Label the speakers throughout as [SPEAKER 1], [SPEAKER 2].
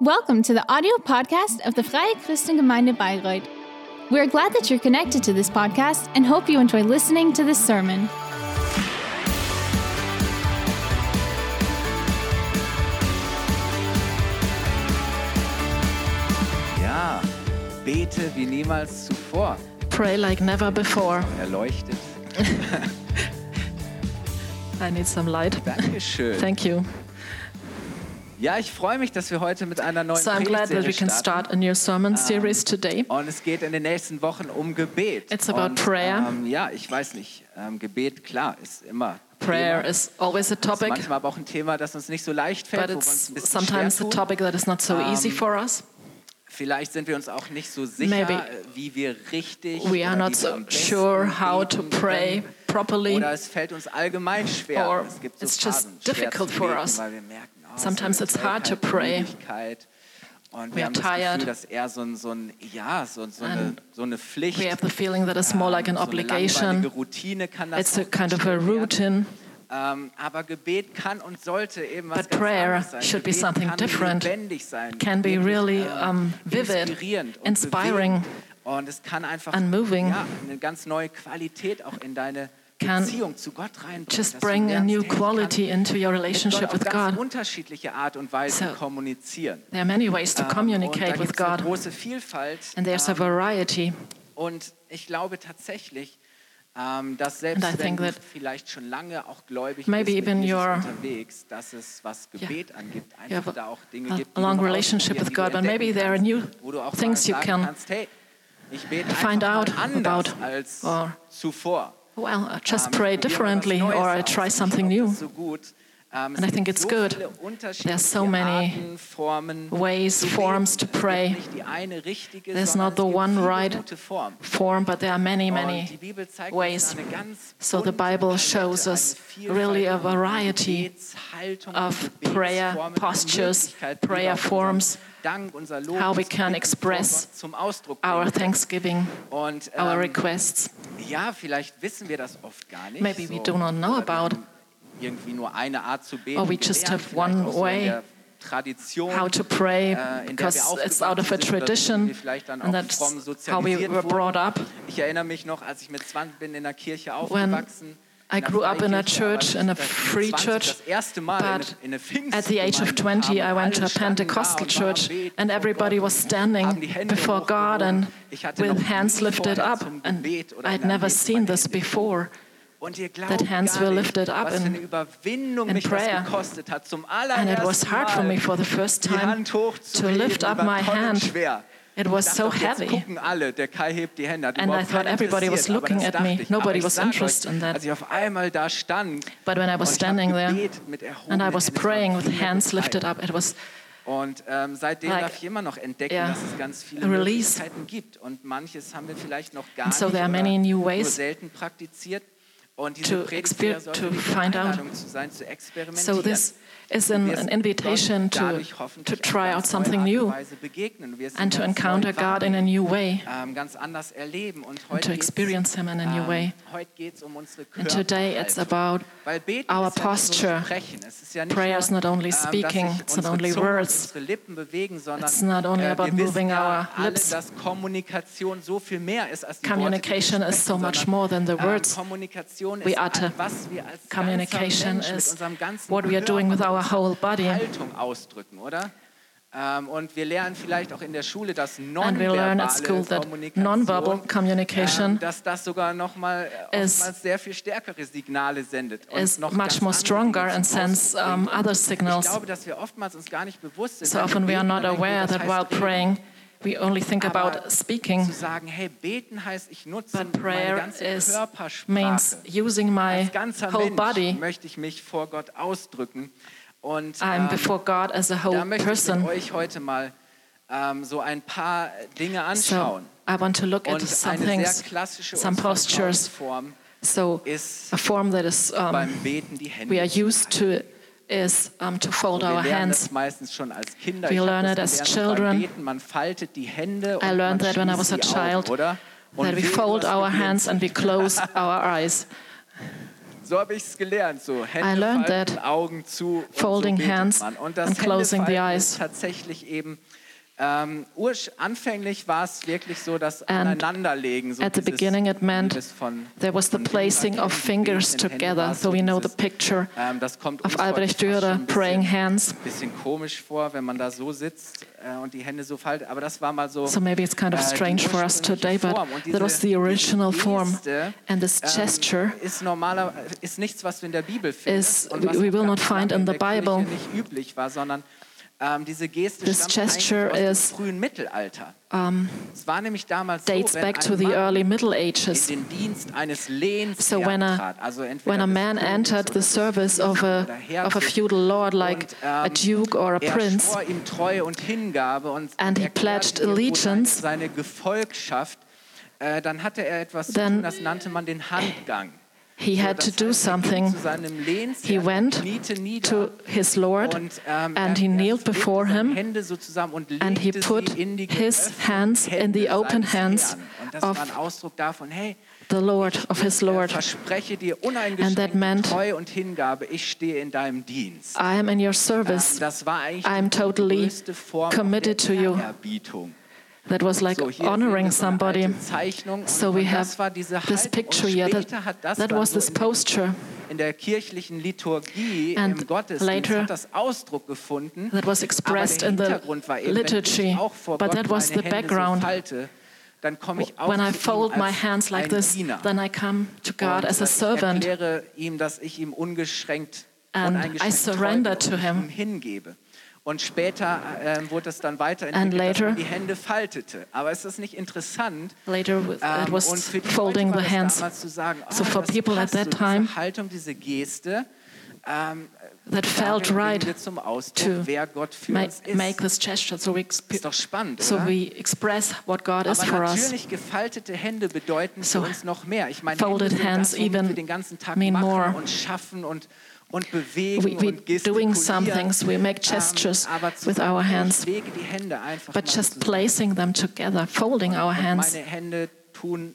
[SPEAKER 1] Welcome to the audio podcast of the Freie Christengemeinde Bayreuth. We are glad that you're connected to this podcast and hope you enjoy listening to this sermon.
[SPEAKER 2] Ja, bete wie niemals zuvor.
[SPEAKER 3] Pray like never before.
[SPEAKER 2] Erleuchtet.
[SPEAKER 3] I need some light.
[SPEAKER 2] Dankeschön.
[SPEAKER 3] Thank you.
[SPEAKER 2] Ja, ich freue mich, dass wir heute mit einer neuen
[SPEAKER 3] So I'm glad that
[SPEAKER 2] Predigtserie
[SPEAKER 3] we can
[SPEAKER 2] starten.
[SPEAKER 3] start a new sermon series today.
[SPEAKER 2] Und es geht in den nächsten Wochen um Gebet.
[SPEAKER 3] It's about
[SPEAKER 2] Und,
[SPEAKER 3] prayer.
[SPEAKER 2] Ähm, ja, ich weiß nicht. Ähm, Gebet, klar, ist immer
[SPEAKER 3] Prayer
[SPEAKER 2] Thema.
[SPEAKER 3] is always a
[SPEAKER 2] Ist
[SPEAKER 3] topic,
[SPEAKER 2] manchmal aber auch ein Thema, das uns nicht so leicht fällt, wo wir
[SPEAKER 3] but
[SPEAKER 2] uns ein
[SPEAKER 3] it's
[SPEAKER 2] bisschen schwer
[SPEAKER 3] sometimes a
[SPEAKER 2] tun.
[SPEAKER 3] topic that is not so easy for us.
[SPEAKER 2] Vielleicht sind wir uns auch nicht so sicher,
[SPEAKER 3] Maybe
[SPEAKER 2] äh, wie wir richtig
[SPEAKER 3] We are
[SPEAKER 2] oder
[SPEAKER 3] not
[SPEAKER 2] wie wir
[SPEAKER 3] so
[SPEAKER 2] am
[SPEAKER 3] sure
[SPEAKER 2] besten
[SPEAKER 3] how to
[SPEAKER 2] beten
[SPEAKER 3] pray
[SPEAKER 2] können.
[SPEAKER 3] properly.
[SPEAKER 2] Oder es fällt uns allgemein schwer.
[SPEAKER 3] Or
[SPEAKER 2] es gibt so
[SPEAKER 3] it's just
[SPEAKER 2] Phasen, schwer
[SPEAKER 3] difficult
[SPEAKER 2] zu
[SPEAKER 3] for
[SPEAKER 2] beten,
[SPEAKER 3] us.
[SPEAKER 2] Weil wir merken, oh,
[SPEAKER 3] Sometimes
[SPEAKER 2] es
[SPEAKER 3] it's hard to
[SPEAKER 2] fällt
[SPEAKER 3] pray.
[SPEAKER 2] Müdigkeit. Und
[SPEAKER 3] We
[SPEAKER 2] wir
[SPEAKER 3] are
[SPEAKER 2] haben das Gefühl,
[SPEAKER 3] tired.
[SPEAKER 2] dass eher so ein, so ein ja, so, so, eine, so eine Pflicht, ähm,
[SPEAKER 3] We have the feeling that it's more like an
[SPEAKER 2] so eine langweilige
[SPEAKER 3] obligation.
[SPEAKER 2] Routine kann das
[SPEAKER 3] It's a
[SPEAKER 2] auch
[SPEAKER 3] kind of a
[SPEAKER 2] werden.
[SPEAKER 3] routine.
[SPEAKER 2] Ähm, aber Gebet kann und sollte eben was
[SPEAKER 3] But
[SPEAKER 2] ganz
[SPEAKER 3] prayer
[SPEAKER 2] anderes sein.
[SPEAKER 3] should be
[SPEAKER 2] Gebet
[SPEAKER 3] something
[SPEAKER 2] kann
[SPEAKER 3] different,
[SPEAKER 2] lebendig sein,
[SPEAKER 3] can be
[SPEAKER 2] wirklich,
[SPEAKER 3] really,
[SPEAKER 2] ähm,
[SPEAKER 3] um, vivid,
[SPEAKER 2] inspirierend und
[SPEAKER 3] inspiring,
[SPEAKER 2] bewegend. Und es kann einfach
[SPEAKER 3] and moving.
[SPEAKER 2] Ja, eine ganz neue Qualität auch in deine
[SPEAKER 3] Can
[SPEAKER 2] Beziehung zu Gott reinbringen.
[SPEAKER 3] Just
[SPEAKER 2] dass du
[SPEAKER 3] bring a
[SPEAKER 2] lernst,
[SPEAKER 3] new
[SPEAKER 2] hey, ich kann
[SPEAKER 3] quality into your
[SPEAKER 2] mit Gott
[SPEAKER 3] relationship
[SPEAKER 2] auf
[SPEAKER 3] with
[SPEAKER 2] ganz
[SPEAKER 3] God.
[SPEAKER 2] unterschiedliche Art und Weise
[SPEAKER 3] So,
[SPEAKER 2] kommunizieren.
[SPEAKER 3] There are many ways to
[SPEAKER 2] Ähm, und da
[SPEAKER 3] communicate with
[SPEAKER 2] gibt's eine
[SPEAKER 3] God,
[SPEAKER 2] große Vielfalt.
[SPEAKER 3] and there's a
[SPEAKER 2] ähm,
[SPEAKER 3] variety.
[SPEAKER 2] und ich glaube tatsächlich, ähm, dass
[SPEAKER 3] And I
[SPEAKER 2] selbst wenn
[SPEAKER 3] think
[SPEAKER 2] du
[SPEAKER 3] that
[SPEAKER 2] vielleicht schon lange auch gläubig
[SPEAKER 3] maybe
[SPEAKER 2] bist,
[SPEAKER 3] even
[SPEAKER 2] mit Jesus
[SPEAKER 3] your-
[SPEAKER 2] unterwegs, dass es was Gebet angeht,
[SPEAKER 3] you
[SPEAKER 2] einfach
[SPEAKER 3] have
[SPEAKER 2] da auch Dinge
[SPEAKER 3] a-
[SPEAKER 2] gibt,
[SPEAKER 3] a
[SPEAKER 2] die du
[SPEAKER 3] long
[SPEAKER 2] mal
[SPEAKER 3] relationship
[SPEAKER 2] ausprobieren,
[SPEAKER 3] with
[SPEAKER 2] die du
[SPEAKER 3] God, but maybe
[SPEAKER 2] entdecken
[SPEAKER 3] there are
[SPEAKER 2] kannst,
[SPEAKER 3] new
[SPEAKER 2] wo du auch mal
[SPEAKER 3] things you
[SPEAKER 2] sagen
[SPEAKER 3] can
[SPEAKER 2] kannst, hey, ich bete
[SPEAKER 3] find
[SPEAKER 2] einfach mal
[SPEAKER 3] out
[SPEAKER 2] anders
[SPEAKER 3] about
[SPEAKER 2] als
[SPEAKER 3] or-
[SPEAKER 2] zuvor.
[SPEAKER 3] Well, I just
[SPEAKER 2] Ähm, ich probiere mal
[SPEAKER 3] pray
[SPEAKER 2] was
[SPEAKER 3] differently,
[SPEAKER 2] Neues
[SPEAKER 3] or I
[SPEAKER 2] aus.
[SPEAKER 3] try
[SPEAKER 2] Ich
[SPEAKER 3] something
[SPEAKER 2] glaube, das
[SPEAKER 3] new.
[SPEAKER 2] ist So gut. Ähm, es
[SPEAKER 3] And I
[SPEAKER 2] gibt
[SPEAKER 3] think it's
[SPEAKER 2] so
[SPEAKER 3] good.
[SPEAKER 2] viele unterschiedliche
[SPEAKER 3] There's so many
[SPEAKER 2] Arten, Formen,
[SPEAKER 3] ways,
[SPEAKER 2] zu
[SPEAKER 3] forms
[SPEAKER 2] beten.
[SPEAKER 3] to
[SPEAKER 2] Es gibt
[SPEAKER 3] pray.
[SPEAKER 2] nicht die eine richtige,
[SPEAKER 3] There's
[SPEAKER 2] sondern
[SPEAKER 3] not
[SPEAKER 2] es
[SPEAKER 3] the
[SPEAKER 2] gibt
[SPEAKER 3] one
[SPEAKER 2] viele
[SPEAKER 3] right
[SPEAKER 2] gute Formen.
[SPEAKER 3] form, but there are many,
[SPEAKER 2] Und die
[SPEAKER 3] many
[SPEAKER 2] Bibel zeigt uns
[SPEAKER 3] ways.
[SPEAKER 2] da eine ganz
[SPEAKER 3] So the
[SPEAKER 2] bunte
[SPEAKER 3] Bible
[SPEAKER 2] Palette,
[SPEAKER 3] shows us
[SPEAKER 2] eine
[SPEAKER 3] really a
[SPEAKER 2] Vielfalt an
[SPEAKER 3] variety
[SPEAKER 2] Gebetshaltungen,
[SPEAKER 3] of
[SPEAKER 2] Gebetsformen,
[SPEAKER 3] prayer
[SPEAKER 2] an
[SPEAKER 3] postures,
[SPEAKER 2] Möglichkeiten, wie wir
[SPEAKER 3] prayer
[SPEAKER 2] auch unseren
[SPEAKER 3] forms,
[SPEAKER 2] Dank, unser Lob,
[SPEAKER 3] how we
[SPEAKER 2] unsere
[SPEAKER 3] can
[SPEAKER 2] Bitten vor
[SPEAKER 3] express
[SPEAKER 2] Gott zum Ausdruck
[SPEAKER 3] our
[SPEAKER 2] bringen.
[SPEAKER 3] thanksgiving,
[SPEAKER 2] Und
[SPEAKER 3] our
[SPEAKER 2] ähm,
[SPEAKER 3] requests.
[SPEAKER 2] ja, vielleicht wissen wir das oft gar nicht.
[SPEAKER 3] Hm. Maybe we
[SPEAKER 2] so,
[SPEAKER 3] do not
[SPEAKER 2] oder
[SPEAKER 3] know
[SPEAKER 2] wir
[SPEAKER 3] about.
[SPEAKER 2] haben Irgendwie nur eine Art zu beten.
[SPEAKER 3] Or we just
[SPEAKER 2] gelernt,
[SPEAKER 3] have
[SPEAKER 2] vielleicht
[SPEAKER 3] one
[SPEAKER 2] auch so in
[SPEAKER 3] way
[SPEAKER 2] der Tradition,
[SPEAKER 3] how to pray,
[SPEAKER 2] äh, in der wir
[SPEAKER 3] because it's out of a
[SPEAKER 2] aufgewachsen sind oder
[SPEAKER 3] tradition,
[SPEAKER 2] die vielleicht dann
[SPEAKER 3] and
[SPEAKER 2] auch
[SPEAKER 3] that's
[SPEAKER 2] fromm
[SPEAKER 3] how we
[SPEAKER 2] sozialisiert
[SPEAKER 3] were
[SPEAKER 2] wurden.
[SPEAKER 3] brought up.
[SPEAKER 2] Ich erinnere mich noch, als ich mit 20 bin in der Kirche
[SPEAKER 3] When
[SPEAKER 2] aufgewachsen.
[SPEAKER 3] I grew up in
[SPEAKER 2] Freikirche,
[SPEAKER 3] a
[SPEAKER 2] aber
[SPEAKER 3] church, in a
[SPEAKER 2] das-
[SPEAKER 3] free
[SPEAKER 2] 20
[SPEAKER 3] church,
[SPEAKER 2] Das erste Mal in eine,
[SPEAKER 3] but
[SPEAKER 2] in eine Pfingstgemeinde
[SPEAKER 3] At the age of 20,
[SPEAKER 2] kam
[SPEAKER 3] I
[SPEAKER 2] und
[SPEAKER 3] went to
[SPEAKER 2] alle
[SPEAKER 3] a
[SPEAKER 2] standen da
[SPEAKER 3] Pentecostal
[SPEAKER 2] und waren am
[SPEAKER 3] church,
[SPEAKER 2] Beten
[SPEAKER 3] and
[SPEAKER 2] vor
[SPEAKER 3] everybody
[SPEAKER 2] Gott
[SPEAKER 3] was
[SPEAKER 2] und haben die
[SPEAKER 3] standing
[SPEAKER 2] Hände
[SPEAKER 3] before God
[SPEAKER 2] hochgehoben.
[SPEAKER 3] and
[SPEAKER 2] Ich hatte noch
[SPEAKER 3] with
[SPEAKER 2] nie
[SPEAKER 3] hands lifted
[SPEAKER 2] vorher
[SPEAKER 3] up.
[SPEAKER 2] zum
[SPEAKER 3] And
[SPEAKER 2] Gebet oder
[SPEAKER 3] I'd
[SPEAKER 2] einer
[SPEAKER 3] never
[SPEAKER 2] Anbetung
[SPEAKER 3] seen
[SPEAKER 2] meine
[SPEAKER 3] this
[SPEAKER 2] Hände
[SPEAKER 3] before.
[SPEAKER 2] Und ihr glaubt
[SPEAKER 3] that hands
[SPEAKER 2] gar
[SPEAKER 3] were
[SPEAKER 2] nicht,
[SPEAKER 3] lifted up
[SPEAKER 2] was für eine
[SPEAKER 3] in-
[SPEAKER 2] Überwindung
[SPEAKER 3] in
[SPEAKER 2] mich
[SPEAKER 3] prayer.
[SPEAKER 2] das gekostet hat. Zum
[SPEAKER 3] And
[SPEAKER 2] allerersten
[SPEAKER 3] it was hard for
[SPEAKER 2] Mal
[SPEAKER 3] me for the first
[SPEAKER 2] die
[SPEAKER 3] time
[SPEAKER 2] Hand
[SPEAKER 3] to
[SPEAKER 2] hochzuheben,
[SPEAKER 3] lift up
[SPEAKER 2] war
[SPEAKER 3] my hand.
[SPEAKER 2] tonnenschwer.
[SPEAKER 3] It was
[SPEAKER 2] Ich dachte,
[SPEAKER 3] so
[SPEAKER 2] doch, jetzt
[SPEAKER 3] heavy.
[SPEAKER 2] Gucken alle, der Kai hebt die Hände. Hat
[SPEAKER 3] And
[SPEAKER 2] überhaupt
[SPEAKER 3] I thought
[SPEAKER 2] keinen
[SPEAKER 3] everybody was
[SPEAKER 2] interessiert, aber
[SPEAKER 3] looking
[SPEAKER 2] das
[SPEAKER 3] at
[SPEAKER 2] dachte
[SPEAKER 3] me.
[SPEAKER 2] ich. Aber
[SPEAKER 3] Nobody
[SPEAKER 2] ich
[SPEAKER 3] was
[SPEAKER 2] sag euch,
[SPEAKER 3] interested in that.
[SPEAKER 2] Als ich auf einmal da stand
[SPEAKER 3] But when
[SPEAKER 2] und
[SPEAKER 3] I was
[SPEAKER 2] ich hab
[SPEAKER 3] standing there,
[SPEAKER 2] gebetet mit erhobenen
[SPEAKER 3] and I was
[SPEAKER 2] Händen, es war
[SPEAKER 3] praying with
[SPEAKER 2] viel
[SPEAKER 3] hands
[SPEAKER 2] befreit.
[SPEAKER 3] lifted up, it was
[SPEAKER 2] Und ähm, seitdem
[SPEAKER 3] Like,
[SPEAKER 2] darf ich immer noch entdecken,
[SPEAKER 3] yeah,
[SPEAKER 2] dass es ganz viele
[SPEAKER 3] a release.
[SPEAKER 2] Möglichkeiten gibt. Und manches haben wir vielleicht noch gar
[SPEAKER 3] And so
[SPEAKER 2] nicht
[SPEAKER 3] there are
[SPEAKER 2] oder
[SPEAKER 3] many new
[SPEAKER 2] nur
[SPEAKER 3] ways
[SPEAKER 2] selten praktiziert. Und diese
[SPEAKER 3] to
[SPEAKER 2] Predigt
[SPEAKER 3] exper-
[SPEAKER 2] hier sollte
[SPEAKER 3] to
[SPEAKER 2] wirklich eine
[SPEAKER 3] find out.
[SPEAKER 2] Einladung zu sein, zu experimentieren.
[SPEAKER 3] so. This is an, an invitation to, to try out something new and to encounter God in a new way.
[SPEAKER 2] ähm, ganz anders erleben. Und heute
[SPEAKER 3] to experience Him in a new
[SPEAKER 2] ähm,
[SPEAKER 3] way.
[SPEAKER 2] Heute geht's um unsere
[SPEAKER 3] And today it's
[SPEAKER 2] Körperhaltung.
[SPEAKER 3] about
[SPEAKER 2] Weil beten
[SPEAKER 3] our
[SPEAKER 2] ist ja nicht
[SPEAKER 3] posture.
[SPEAKER 2] Nur sprechen. Es ist ja nicht
[SPEAKER 3] Prayer
[SPEAKER 2] nur,
[SPEAKER 3] is not only
[SPEAKER 2] ähm, dass sich
[SPEAKER 3] speaking, it's not
[SPEAKER 2] unsere
[SPEAKER 3] only
[SPEAKER 2] Zunge und
[SPEAKER 3] words.
[SPEAKER 2] Unsere Lippen bewegen, sondern
[SPEAKER 3] It's not only
[SPEAKER 2] äh,
[SPEAKER 3] about
[SPEAKER 2] wir wissen
[SPEAKER 3] moving
[SPEAKER 2] ja
[SPEAKER 3] our
[SPEAKER 2] alle,
[SPEAKER 3] lips.
[SPEAKER 2] dass Kommunikation so viel mehr ist als die
[SPEAKER 3] Communication
[SPEAKER 2] Worte, die wir
[SPEAKER 3] is so
[SPEAKER 2] sprechen,
[SPEAKER 3] much
[SPEAKER 2] sondern,
[SPEAKER 3] more than the
[SPEAKER 2] ähm,
[SPEAKER 3] words
[SPEAKER 2] Kommunikation
[SPEAKER 3] we
[SPEAKER 2] ist,
[SPEAKER 3] utter.
[SPEAKER 2] was wir als ganzer
[SPEAKER 3] communication
[SPEAKER 2] Mensch mit
[SPEAKER 3] is
[SPEAKER 2] unserem ganzen
[SPEAKER 3] what we are doing with
[SPEAKER 2] Körper,
[SPEAKER 3] our whole body.
[SPEAKER 2] Haltung ausdrücken, oder? Ähm, und wir lernen vielleicht auch in der Schule, dass
[SPEAKER 3] And we learn
[SPEAKER 2] nonverbale
[SPEAKER 3] at school that
[SPEAKER 2] Kommunikation,
[SPEAKER 3] nonverbal
[SPEAKER 2] ähm,
[SPEAKER 3] communication
[SPEAKER 2] dass das sogar noch mal äh,
[SPEAKER 3] is-
[SPEAKER 2] oftmals sehr viel stärkere Signale sendet und
[SPEAKER 3] is
[SPEAKER 2] noch
[SPEAKER 3] much
[SPEAKER 2] ganz
[SPEAKER 3] more
[SPEAKER 2] andere
[SPEAKER 3] stronger
[SPEAKER 2] Dinge
[SPEAKER 3] and
[SPEAKER 2] zum
[SPEAKER 3] sends
[SPEAKER 2] Ausdruck
[SPEAKER 3] um,
[SPEAKER 2] bringt.
[SPEAKER 3] other
[SPEAKER 2] Ich
[SPEAKER 3] signals.
[SPEAKER 2] glaube, dass wir oftmals uns gar nicht bewusst sind.
[SPEAKER 3] So
[SPEAKER 2] wenn wir
[SPEAKER 3] often we are
[SPEAKER 2] beten,
[SPEAKER 3] not
[SPEAKER 2] dann denken wir,
[SPEAKER 3] aware
[SPEAKER 2] das
[SPEAKER 3] that
[SPEAKER 2] heißt
[SPEAKER 3] while
[SPEAKER 2] reden.
[SPEAKER 3] praying, we only think
[SPEAKER 2] Aber
[SPEAKER 3] about speaking.
[SPEAKER 2] Zu sagen, hey, beten heißt, ich nutze meine
[SPEAKER 3] But prayer
[SPEAKER 2] ganze
[SPEAKER 3] is
[SPEAKER 2] Körpersprache.
[SPEAKER 3] means using my
[SPEAKER 2] Als ganzer
[SPEAKER 3] whole
[SPEAKER 2] Mensch
[SPEAKER 3] body.
[SPEAKER 2] möchte ich mich vor Gott ausdrücken. Und
[SPEAKER 3] I'm
[SPEAKER 2] ähm,
[SPEAKER 3] before God as a whole
[SPEAKER 2] da möchte ich mit
[SPEAKER 3] person.
[SPEAKER 2] euch heute mal ähm, so ein paar Dinge
[SPEAKER 3] So
[SPEAKER 2] anschauen.
[SPEAKER 3] I want to look at
[SPEAKER 2] Und
[SPEAKER 3] some
[SPEAKER 2] eine sehr
[SPEAKER 3] things,
[SPEAKER 2] klassische
[SPEAKER 3] some
[SPEAKER 2] und
[SPEAKER 3] postures.
[SPEAKER 2] Vertrauensform
[SPEAKER 3] So
[SPEAKER 2] ist
[SPEAKER 3] a form that is um,
[SPEAKER 2] beim Beten die Hände.
[SPEAKER 3] we are
[SPEAKER 2] zu
[SPEAKER 3] used to is um, to fold
[SPEAKER 2] Wir
[SPEAKER 3] our
[SPEAKER 2] lernen
[SPEAKER 3] hands.
[SPEAKER 2] das meistens schon als Kinder.
[SPEAKER 3] We
[SPEAKER 2] Ich hab
[SPEAKER 3] learn
[SPEAKER 2] das
[SPEAKER 3] it as
[SPEAKER 2] gelernt beim
[SPEAKER 3] children.
[SPEAKER 2] Beten. Man faltet die Hände und
[SPEAKER 3] I learned
[SPEAKER 2] man
[SPEAKER 3] that when I was a
[SPEAKER 2] schließt die Augen,
[SPEAKER 3] child
[SPEAKER 2] oder? Und
[SPEAKER 3] that we
[SPEAKER 2] wem
[SPEAKER 3] fold
[SPEAKER 2] was
[SPEAKER 3] our
[SPEAKER 2] gegeben
[SPEAKER 3] hands and we
[SPEAKER 2] wird.
[SPEAKER 3] close our eyes.
[SPEAKER 2] So habe ich es gelernt. So
[SPEAKER 3] I
[SPEAKER 2] Hände
[SPEAKER 3] learned
[SPEAKER 2] falten,
[SPEAKER 3] that
[SPEAKER 2] Augen zu, und
[SPEAKER 3] folding
[SPEAKER 2] so betet
[SPEAKER 3] hands
[SPEAKER 2] man. Und das
[SPEAKER 3] and closing the
[SPEAKER 2] Händefalten
[SPEAKER 3] eyes.
[SPEAKER 2] ist tatsächlich eben ähm, ursch- anfänglich war es wirklich so das Aneinanderlegen. So
[SPEAKER 3] at the
[SPEAKER 2] dieses,
[SPEAKER 3] beginning it meant
[SPEAKER 2] wie das von,
[SPEAKER 3] There was the
[SPEAKER 2] von Händen
[SPEAKER 3] placing of
[SPEAKER 2] an Händen,
[SPEAKER 3] fingers
[SPEAKER 2] Händen
[SPEAKER 3] together,
[SPEAKER 2] war es
[SPEAKER 3] so
[SPEAKER 2] so
[SPEAKER 3] we know the
[SPEAKER 2] dieses,
[SPEAKER 3] picture
[SPEAKER 2] ähm, das kommt
[SPEAKER 3] of
[SPEAKER 2] uns heute
[SPEAKER 3] Albrecht
[SPEAKER 2] fast schon ein
[SPEAKER 3] Dürer praying
[SPEAKER 2] bisschen-
[SPEAKER 3] hands.
[SPEAKER 2] bisschen komisch vor, wenn man da so sitzt äh, und die Hände so faltet. Aber das war mal so.
[SPEAKER 3] So maybe it's kind of
[SPEAKER 2] äh, die
[SPEAKER 3] strange for us
[SPEAKER 2] ursprüngliche
[SPEAKER 3] today, but
[SPEAKER 2] Form. Und
[SPEAKER 3] that was the
[SPEAKER 2] diese
[SPEAKER 3] original form.
[SPEAKER 2] Geste,
[SPEAKER 3] And this
[SPEAKER 2] ähm,
[SPEAKER 3] gesture
[SPEAKER 2] ist normaler ist nichts, was du in der Bibel
[SPEAKER 3] is-
[SPEAKER 2] findest und was
[SPEAKER 3] we- we
[SPEAKER 2] auch ganz
[SPEAKER 3] will not find
[SPEAKER 2] lange
[SPEAKER 3] in
[SPEAKER 2] der
[SPEAKER 3] the
[SPEAKER 2] Kirche
[SPEAKER 3] Bible.
[SPEAKER 2] nicht üblich war, sondern ähm, diese Geste
[SPEAKER 3] This
[SPEAKER 2] stammt eigentlich
[SPEAKER 3] gesture
[SPEAKER 2] aus
[SPEAKER 3] is,
[SPEAKER 2] dem
[SPEAKER 3] um,
[SPEAKER 2] frühen Mittelalter. es war nämlich damals
[SPEAKER 3] dates
[SPEAKER 2] so, wenn
[SPEAKER 3] back
[SPEAKER 2] ein
[SPEAKER 3] to the
[SPEAKER 2] Mann
[SPEAKER 3] early Middle
[SPEAKER 2] in
[SPEAKER 3] Ages.
[SPEAKER 2] den Dienst eines Lehns
[SPEAKER 3] So when a,
[SPEAKER 2] herantrat, also entweder
[SPEAKER 3] when a
[SPEAKER 2] des
[SPEAKER 3] man
[SPEAKER 2] Königs
[SPEAKER 3] entered
[SPEAKER 2] oder
[SPEAKER 3] the
[SPEAKER 2] des
[SPEAKER 3] service
[SPEAKER 2] Fürsten
[SPEAKER 3] of a,
[SPEAKER 2] oder
[SPEAKER 3] of a
[SPEAKER 2] Herzogs,
[SPEAKER 3] feudal lord like
[SPEAKER 2] und,
[SPEAKER 3] a
[SPEAKER 2] ähm,
[SPEAKER 3] duke or a
[SPEAKER 2] er
[SPEAKER 3] prince,
[SPEAKER 2] schwor ihm Treue und Hingabe und
[SPEAKER 3] And he
[SPEAKER 2] erklärte
[SPEAKER 3] pledged
[SPEAKER 2] ihr wohl
[SPEAKER 3] allegiance.
[SPEAKER 2] seine, seine Gefolgschaft. Äh, dann hatte er etwas zu
[SPEAKER 3] Then
[SPEAKER 2] tun, das nannte man den Handgang.
[SPEAKER 3] he had
[SPEAKER 2] das
[SPEAKER 3] to do
[SPEAKER 2] heißt, er ging
[SPEAKER 3] something.
[SPEAKER 2] Zu seinem Lehnseher,
[SPEAKER 3] He went
[SPEAKER 2] kniete nieder
[SPEAKER 3] to his lord
[SPEAKER 2] und, ähm,
[SPEAKER 3] and
[SPEAKER 2] er,
[SPEAKER 3] he kneeled
[SPEAKER 2] er legte
[SPEAKER 3] before
[SPEAKER 2] seine
[SPEAKER 3] him
[SPEAKER 2] Hände so zusammen und
[SPEAKER 3] and he
[SPEAKER 2] legte sie
[SPEAKER 3] put
[SPEAKER 2] in die
[SPEAKER 3] his
[SPEAKER 2] geöffneten
[SPEAKER 3] hands in the
[SPEAKER 2] Hände
[SPEAKER 3] open
[SPEAKER 2] seines
[SPEAKER 3] hands
[SPEAKER 2] Herrn. Und das
[SPEAKER 3] of
[SPEAKER 2] war ein Ausdruck davon, hey,
[SPEAKER 3] the lord of his
[SPEAKER 2] Lord,
[SPEAKER 3] lord.
[SPEAKER 2] verspreche dir
[SPEAKER 3] that
[SPEAKER 2] uneingeschränkte
[SPEAKER 3] meant-
[SPEAKER 2] Treue und Hingabe, ich stehe in deinem Dienst.
[SPEAKER 3] I am in your service.
[SPEAKER 2] Ähm, das war eigentlich
[SPEAKER 3] I'm
[SPEAKER 2] die
[SPEAKER 3] totally
[SPEAKER 2] größte Form
[SPEAKER 3] committed to
[SPEAKER 2] der
[SPEAKER 3] you.
[SPEAKER 2] Ehrerbietung.
[SPEAKER 3] That was like
[SPEAKER 2] So, hier
[SPEAKER 3] honoring
[SPEAKER 2] sehen wir so eine
[SPEAKER 3] somebody.
[SPEAKER 2] alte Zeichnung und-
[SPEAKER 3] So
[SPEAKER 2] und
[SPEAKER 3] we
[SPEAKER 2] das
[SPEAKER 3] have
[SPEAKER 2] war diese
[SPEAKER 3] this
[SPEAKER 2] Haltung.
[SPEAKER 3] picture
[SPEAKER 2] Und
[SPEAKER 3] here. That,
[SPEAKER 2] später hat das
[SPEAKER 3] that
[SPEAKER 2] dann
[SPEAKER 3] was
[SPEAKER 2] so
[SPEAKER 3] this
[SPEAKER 2] in der-
[SPEAKER 3] posture.
[SPEAKER 2] in der kirchlichen Liturgie
[SPEAKER 3] And
[SPEAKER 2] im Gottesdienst
[SPEAKER 3] later
[SPEAKER 2] hat das Ausdruck gefunden.
[SPEAKER 3] that was expressed
[SPEAKER 2] aber
[SPEAKER 3] in the
[SPEAKER 2] der Hintergrund war eben, wenn
[SPEAKER 3] liturgy.
[SPEAKER 2] ich auch vor
[SPEAKER 3] But
[SPEAKER 2] Gott
[SPEAKER 3] that was
[SPEAKER 2] meine
[SPEAKER 3] the
[SPEAKER 2] Hände
[SPEAKER 3] background.
[SPEAKER 2] So falte, dann komme ich auch
[SPEAKER 3] When I
[SPEAKER 2] zu ihm
[SPEAKER 3] fold
[SPEAKER 2] als
[SPEAKER 3] my hands like
[SPEAKER 2] ein
[SPEAKER 3] this,
[SPEAKER 2] Diener.
[SPEAKER 3] then I come to God
[SPEAKER 2] Und äh,
[SPEAKER 3] as a
[SPEAKER 2] Ich
[SPEAKER 3] servant.
[SPEAKER 2] erkläre ihm, dass ich ihm ungeschränkt
[SPEAKER 3] And
[SPEAKER 2] uneingeschränkt
[SPEAKER 3] I surrender
[SPEAKER 2] treu bin
[SPEAKER 3] to
[SPEAKER 2] und
[SPEAKER 3] him.
[SPEAKER 2] ihm hingebe. Und später ähm, wurde das dann weiterentwickelt,
[SPEAKER 3] And later-
[SPEAKER 2] dass man die Hände faltete. Aber ist das nicht interessant?
[SPEAKER 3] Later with-
[SPEAKER 2] ähm,
[SPEAKER 3] it
[SPEAKER 2] und
[SPEAKER 3] was
[SPEAKER 2] für die
[SPEAKER 3] folding
[SPEAKER 2] Leute
[SPEAKER 3] the
[SPEAKER 2] war das
[SPEAKER 3] hands.
[SPEAKER 2] damals zu sagen, oh,
[SPEAKER 3] So for
[SPEAKER 2] das
[SPEAKER 3] people at
[SPEAKER 2] passt
[SPEAKER 3] that
[SPEAKER 2] so,
[SPEAKER 3] time,
[SPEAKER 2] diese Haltung, diese Geste, ähm,
[SPEAKER 3] That felt
[SPEAKER 2] damit bringen
[SPEAKER 3] right
[SPEAKER 2] wir zum Ausdruck,
[SPEAKER 3] to
[SPEAKER 2] wer Gott für
[SPEAKER 3] ma-
[SPEAKER 2] uns ist.
[SPEAKER 3] make this gesture. So we, exp-
[SPEAKER 2] ist doch spannend,
[SPEAKER 3] so
[SPEAKER 2] oder?
[SPEAKER 3] we express what God is
[SPEAKER 2] Aber
[SPEAKER 3] for us.
[SPEAKER 2] natürlich gefaltete Hände bedeuten
[SPEAKER 3] So,
[SPEAKER 2] für uns noch mehr. Ich meine,
[SPEAKER 3] folded
[SPEAKER 2] Hände sind
[SPEAKER 3] hands
[SPEAKER 2] das, womit
[SPEAKER 3] even
[SPEAKER 2] wir den ganzen Tag
[SPEAKER 3] mean
[SPEAKER 2] machen
[SPEAKER 3] more.
[SPEAKER 2] und schaffen und und bewegen
[SPEAKER 3] We- we
[SPEAKER 2] und gestikulieren.
[SPEAKER 3] doing some things, we make gestures
[SPEAKER 2] ähm, aber zu
[SPEAKER 3] with
[SPEAKER 2] sagen,
[SPEAKER 3] our
[SPEAKER 2] ich
[SPEAKER 3] hands.
[SPEAKER 2] lege die Hände einfach
[SPEAKER 3] But
[SPEAKER 2] mal
[SPEAKER 3] just
[SPEAKER 2] zusammen
[SPEAKER 3] placing them together, folding our
[SPEAKER 2] und
[SPEAKER 3] hands,
[SPEAKER 2] Meine Hände tun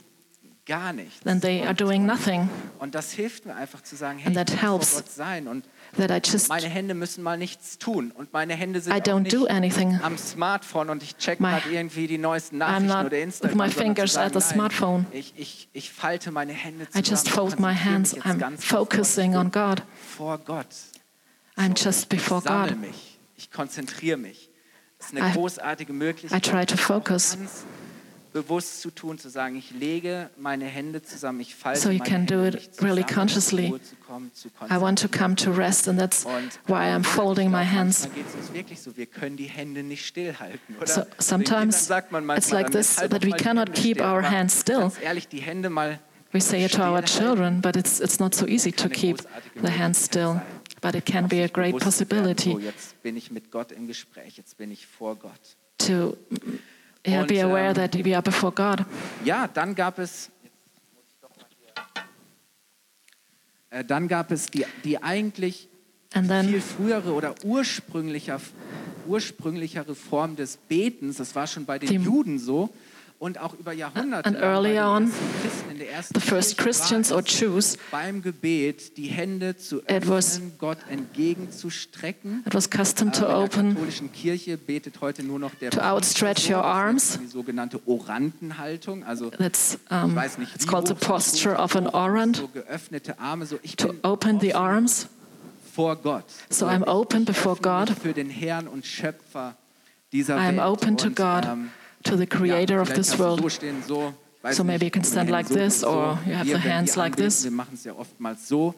[SPEAKER 2] gar nichts.
[SPEAKER 3] then they are
[SPEAKER 2] und,
[SPEAKER 3] doing nothing.
[SPEAKER 2] und das hilft mir einfach zu sagen, hey,
[SPEAKER 3] And
[SPEAKER 2] ich
[SPEAKER 3] that
[SPEAKER 2] will
[SPEAKER 3] helps.
[SPEAKER 2] vor Gott sein und
[SPEAKER 3] That I just,
[SPEAKER 2] meine Hände müssen mal nichts tun und meine Hände sind
[SPEAKER 3] I
[SPEAKER 2] auch
[SPEAKER 3] don't
[SPEAKER 2] nicht
[SPEAKER 3] do anything.
[SPEAKER 2] am Smartphone und ich check
[SPEAKER 3] My-
[SPEAKER 2] mal irgendwie die neuesten Nachrichten
[SPEAKER 3] not
[SPEAKER 2] oder
[SPEAKER 3] with
[SPEAKER 2] Instagram.
[SPEAKER 3] my
[SPEAKER 2] sondern zu
[SPEAKER 3] fingers
[SPEAKER 2] sagen,
[SPEAKER 3] at the
[SPEAKER 2] nein,
[SPEAKER 3] smartphone.
[SPEAKER 2] Ich, ich, ich falte meine Hände
[SPEAKER 3] I
[SPEAKER 2] zusammen.
[SPEAKER 3] just
[SPEAKER 2] und
[SPEAKER 3] fold my
[SPEAKER 2] konzentriere mich
[SPEAKER 3] hands.
[SPEAKER 2] jetzt
[SPEAKER 3] I'm
[SPEAKER 2] ganz auf Gott.
[SPEAKER 3] focusing on God.
[SPEAKER 2] Vor Gott.
[SPEAKER 3] I'm just before
[SPEAKER 2] ich sammle
[SPEAKER 3] God.
[SPEAKER 2] mich. Ich konzentriere mich. Das ist eine
[SPEAKER 3] I-
[SPEAKER 2] großartige Möglichkeit,
[SPEAKER 3] I try to
[SPEAKER 2] das auch
[SPEAKER 3] focus.
[SPEAKER 2] ganz bewusst zu tun, zu sagen, ich lege meine Hände zusammen, ich falte
[SPEAKER 3] So you
[SPEAKER 2] meine
[SPEAKER 3] can
[SPEAKER 2] Hände
[SPEAKER 3] do it
[SPEAKER 2] nicht zusammen,
[SPEAKER 3] really
[SPEAKER 2] um zur
[SPEAKER 3] consciously.
[SPEAKER 2] Ruhe Zu kommen, zu
[SPEAKER 3] I want to come to rest, and that's why I'm folding my hands.
[SPEAKER 2] Manchmal geht's uns wirklich so, wir können die Hände nicht stillhalten, oder?
[SPEAKER 3] So,
[SPEAKER 2] Zu den Kindern
[SPEAKER 3] sometimes
[SPEAKER 2] sagt man
[SPEAKER 3] it's
[SPEAKER 2] manchmal
[SPEAKER 3] like
[SPEAKER 2] dann,
[SPEAKER 3] this
[SPEAKER 2] "Halt
[SPEAKER 3] that
[SPEAKER 2] doch
[SPEAKER 3] we
[SPEAKER 2] mal die
[SPEAKER 3] cannot
[SPEAKER 2] Hände
[SPEAKER 3] keep
[SPEAKER 2] still."
[SPEAKER 3] our
[SPEAKER 2] Aber
[SPEAKER 3] hands still.
[SPEAKER 2] Ganz ehrlich, die Hände mal
[SPEAKER 3] We say it to our
[SPEAKER 2] stillhalten,
[SPEAKER 3] children, but it's, it's not so easy to keep the hands still. But it can be a great
[SPEAKER 2] bewusst zu werden, oh So,
[SPEAKER 3] possibility
[SPEAKER 2] jetzt bin ich mit Gott im Gespräch, jetzt bin ich vor Gott.
[SPEAKER 3] to yeah, be
[SPEAKER 2] Und,
[SPEAKER 3] aware
[SPEAKER 2] ähm,
[SPEAKER 3] that we are before God.
[SPEAKER 2] Ja, dann gab es Äh, dann gab es die, die eigentlich
[SPEAKER 3] And then-
[SPEAKER 2] viel frühere oder ursprünglicher, ursprünglichere Form des Betens. Das war schon bei den
[SPEAKER 3] Die-
[SPEAKER 2] Juden so und auch über Jahrhunderte.
[SPEAKER 3] And
[SPEAKER 2] lang bei
[SPEAKER 3] early
[SPEAKER 2] den
[SPEAKER 3] on,
[SPEAKER 2] ersten Christen in der ersten
[SPEAKER 3] The
[SPEAKER 2] Kirche
[SPEAKER 3] first
[SPEAKER 2] war
[SPEAKER 3] Christians
[SPEAKER 2] es
[SPEAKER 3] or Jews,
[SPEAKER 2] beim Gebet die Hände zu
[SPEAKER 3] It was-
[SPEAKER 2] öffnen, Gott entgegenzustrecken.
[SPEAKER 3] it was custom to
[SPEAKER 2] Ähm, In der
[SPEAKER 3] open
[SPEAKER 2] katholischen Kirche betet heute nur noch der
[SPEAKER 3] to
[SPEAKER 2] Priester
[SPEAKER 3] outstretch
[SPEAKER 2] so,
[SPEAKER 3] your
[SPEAKER 2] das nennt
[SPEAKER 3] arms.
[SPEAKER 2] man Die sogenannte Orantenhaltung, also
[SPEAKER 3] that's
[SPEAKER 2] ich
[SPEAKER 3] um,
[SPEAKER 2] weiß nicht,
[SPEAKER 3] it's
[SPEAKER 2] wie
[SPEAKER 3] called the
[SPEAKER 2] hoch das Tuch
[SPEAKER 3] posture
[SPEAKER 2] ist,
[SPEAKER 3] of an
[SPEAKER 2] so
[SPEAKER 3] orant
[SPEAKER 2] geöffnete Arme, so ich
[SPEAKER 3] to
[SPEAKER 2] bin
[SPEAKER 3] open the
[SPEAKER 2] offen
[SPEAKER 3] arms.
[SPEAKER 2] vor Gott.
[SPEAKER 3] So
[SPEAKER 2] Oder
[SPEAKER 3] I'm
[SPEAKER 2] ich
[SPEAKER 3] open before
[SPEAKER 2] öffne mich
[SPEAKER 3] God.
[SPEAKER 2] Für den Herrn und Schöpfer dieser
[SPEAKER 3] I'm
[SPEAKER 2] Welt.
[SPEAKER 3] open to
[SPEAKER 2] und,
[SPEAKER 3] God,
[SPEAKER 2] ähm,
[SPEAKER 3] to the creator
[SPEAKER 2] ja,
[SPEAKER 3] of
[SPEAKER 2] vielleicht
[SPEAKER 3] this
[SPEAKER 2] kannst du So
[SPEAKER 3] world.
[SPEAKER 2] stehen, so, weiß
[SPEAKER 3] So maybe you
[SPEAKER 2] nicht,
[SPEAKER 3] can
[SPEAKER 2] mit
[SPEAKER 3] stand
[SPEAKER 2] den
[SPEAKER 3] like
[SPEAKER 2] Händen
[SPEAKER 3] this,
[SPEAKER 2] so,
[SPEAKER 3] or you
[SPEAKER 2] wir,
[SPEAKER 3] have the
[SPEAKER 2] wenn wir
[SPEAKER 3] hands like
[SPEAKER 2] anbeten,
[SPEAKER 3] this.
[SPEAKER 2] Wir machen es ja oftmals so.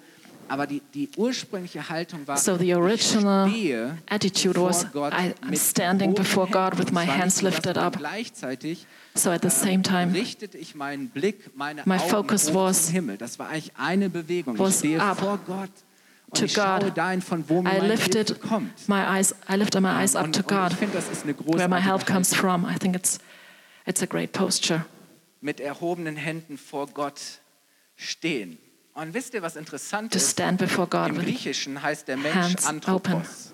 [SPEAKER 2] Aber die, die ursprüngliche Haltung war,
[SPEAKER 3] So the original
[SPEAKER 2] ich stehe
[SPEAKER 3] attitude was,
[SPEAKER 2] vor Gott
[SPEAKER 3] I- I'm
[SPEAKER 2] mit
[SPEAKER 3] standing
[SPEAKER 2] gebogenen
[SPEAKER 3] before God
[SPEAKER 2] Händen.
[SPEAKER 3] with my
[SPEAKER 2] Es war nicht
[SPEAKER 3] hands
[SPEAKER 2] so, dass
[SPEAKER 3] lifted
[SPEAKER 2] man
[SPEAKER 3] up.
[SPEAKER 2] Gleichzeitig
[SPEAKER 3] So at the
[SPEAKER 2] ähm,
[SPEAKER 3] same time,
[SPEAKER 2] richtete ich meinen Blick, meine
[SPEAKER 3] My
[SPEAKER 2] Augen
[SPEAKER 3] focus
[SPEAKER 2] hoch
[SPEAKER 3] was-
[SPEAKER 2] zum Himmel. Das war eigentlich eine Bewegung. Ich
[SPEAKER 3] was
[SPEAKER 2] stehe
[SPEAKER 3] up
[SPEAKER 2] vor Gott und
[SPEAKER 3] to
[SPEAKER 2] ich schaue
[SPEAKER 3] God.
[SPEAKER 2] dahin, von wo mir
[SPEAKER 3] I
[SPEAKER 2] meine Hilfe
[SPEAKER 3] lifted
[SPEAKER 2] kommt. Ähm,
[SPEAKER 3] my eyes. I lifted my eyes up
[SPEAKER 2] und,
[SPEAKER 3] to
[SPEAKER 2] und
[SPEAKER 3] God,
[SPEAKER 2] ich finde, das ist eine
[SPEAKER 3] where my
[SPEAKER 2] großartige
[SPEAKER 3] help comes
[SPEAKER 2] Haltung.
[SPEAKER 3] from. I think it's it's a great posture.
[SPEAKER 2] Mit erhobenen Händen vor Gott stehen. Und wisst ihr, was interessant
[SPEAKER 3] To
[SPEAKER 2] ist?
[SPEAKER 3] stand before God
[SPEAKER 2] Im
[SPEAKER 3] with
[SPEAKER 2] Griechischen heißt der
[SPEAKER 3] hands
[SPEAKER 2] Mensch Anthropos.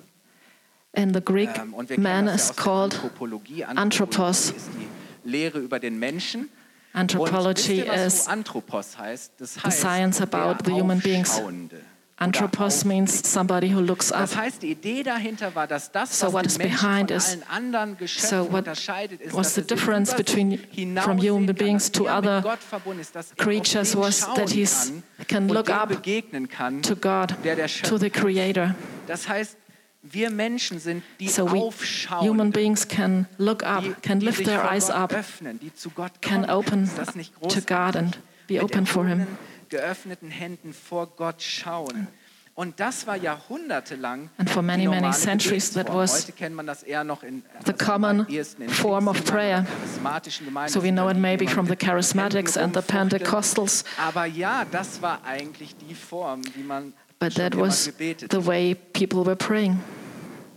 [SPEAKER 3] And the Greek
[SPEAKER 2] Ähm, und wir kennen
[SPEAKER 3] man
[SPEAKER 2] das ja
[SPEAKER 3] is
[SPEAKER 2] aus der
[SPEAKER 3] called
[SPEAKER 2] Anthropologie.
[SPEAKER 3] Anthropos.
[SPEAKER 2] Anthropologie ist die Lehre über den Menschen.
[SPEAKER 3] Anthropology
[SPEAKER 2] Und wisst ihr, was
[SPEAKER 3] is
[SPEAKER 2] Anthropos heißt? Das heißt
[SPEAKER 3] the science about
[SPEAKER 2] der
[SPEAKER 3] the human beings.
[SPEAKER 2] Aufschauende oder
[SPEAKER 3] Anthropos means somebody who looks up.
[SPEAKER 2] Das heißt, die Idee dahinter war, dass das,
[SPEAKER 3] So
[SPEAKER 2] was
[SPEAKER 3] what
[SPEAKER 2] den
[SPEAKER 3] is
[SPEAKER 2] Menschen
[SPEAKER 3] behind
[SPEAKER 2] von
[SPEAKER 3] is-
[SPEAKER 2] allen anderen Geschöpfen
[SPEAKER 3] so what-
[SPEAKER 2] unterscheidet, ist,
[SPEAKER 3] what's
[SPEAKER 2] dass
[SPEAKER 3] the
[SPEAKER 2] es über
[SPEAKER 3] difference
[SPEAKER 2] sich
[SPEAKER 3] between-
[SPEAKER 2] hinaus
[SPEAKER 3] from
[SPEAKER 2] sehen
[SPEAKER 3] human
[SPEAKER 2] kann,
[SPEAKER 3] beings
[SPEAKER 2] dass
[SPEAKER 3] to
[SPEAKER 2] er mit
[SPEAKER 3] other
[SPEAKER 2] Gott verbunden ist, dass er auf
[SPEAKER 3] creatures
[SPEAKER 2] den
[SPEAKER 3] was that
[SPEAKER 2] schauen
[SPEAKER 3] he's-
[SPEAKER 2] kann
[SPEAKER 3] can
[SPEAKER 2] und
[SPEAKER 3] look
[SPEAKER 2] dem
[SPEAKER 3] up
[SPEAKER 2] begegnen kann,
[SPEAKER 3] to God,
[SPEAKER 2] der der
[SPEAKER 3] to the
[SPEAKER 2] Schöpfer
[SPEAKER 3] Creator.
[SPEAKER 2] Das heißt, wir Menschen sind die
[SPEAKER 3] So we human
[SPEAKER 2] Aufschauenden,
[SPEAKER 3] beings can look
[SPEAKER 2] die,
[SPEAKER 3] up, can
[SPEAKER 2] die
[SPEAKER 3] lift
[SPEAKER 2] sich
[SPEAKER 3] their
[SPEAKER 2] vor
[SPEAKER 3] eyes
[SPEAKER 2] Gott
[SPEAKER 3] up,
[SPEAKER 2] öffnen, die zu Gott
[SPEAKER 3] can
[SPEAKER 2] kommen.
[SPEAKER 3] open
[SPEAKER 2] ist das nicht
[SPEAKER 3] to
[SPEAKER 2] großartig?
[SPEAKER 3] God and be
[SPEAKER 2] Mit
[SPEAKER 3] open for Him.
[SPEAKER 2] offenen, geöffneten Händen vor Gott schauen. Und das war jahrhundertelang
[SPEAKER 3] And for many,
[SPEAKER 2] die
[SPEAKER 3] many
[SPEAKER 2] normale
[SPEAKER 3] centuries that
[SPEAKER 2] Gebetsform.
[SPEAKER 3] was
[SPEAKER 2] Heute kennt man das eher noch in,
[SPEAKER 3] the common
[SPEAKER 2] am ehesten in
[SPEAKER 3] form of
[SPEAKER 2] Pfingstgemeinden,
[SPEAKER 3] prayer.
[SPEAKER 2] charismatischen Gemeinden,
[SPEAKER 3] So we know it
[SPEAKER 2] die
[SPEAKER 3] maybe
[SPEAKER 2] man
[SPEAKER 3] from the
[SPEAKER 2] mit Händen
[SPEAKER 3] Charismatics and the
[SPEAKER 2] rumfuchtelte.
[SPEAKER 3] Pentecostals,
[SPEAKER 2] Aber ja, das war eigentlich die Form, wie man
[SPEAKER 3] but
[SPEAKER 2] schon
[SPEAKER 3] that
[SPEAKER 2] immer
[SPEAKER 3] was
[SPEAKER 2] gebetet
[SPEAKER 3] the way people were praying.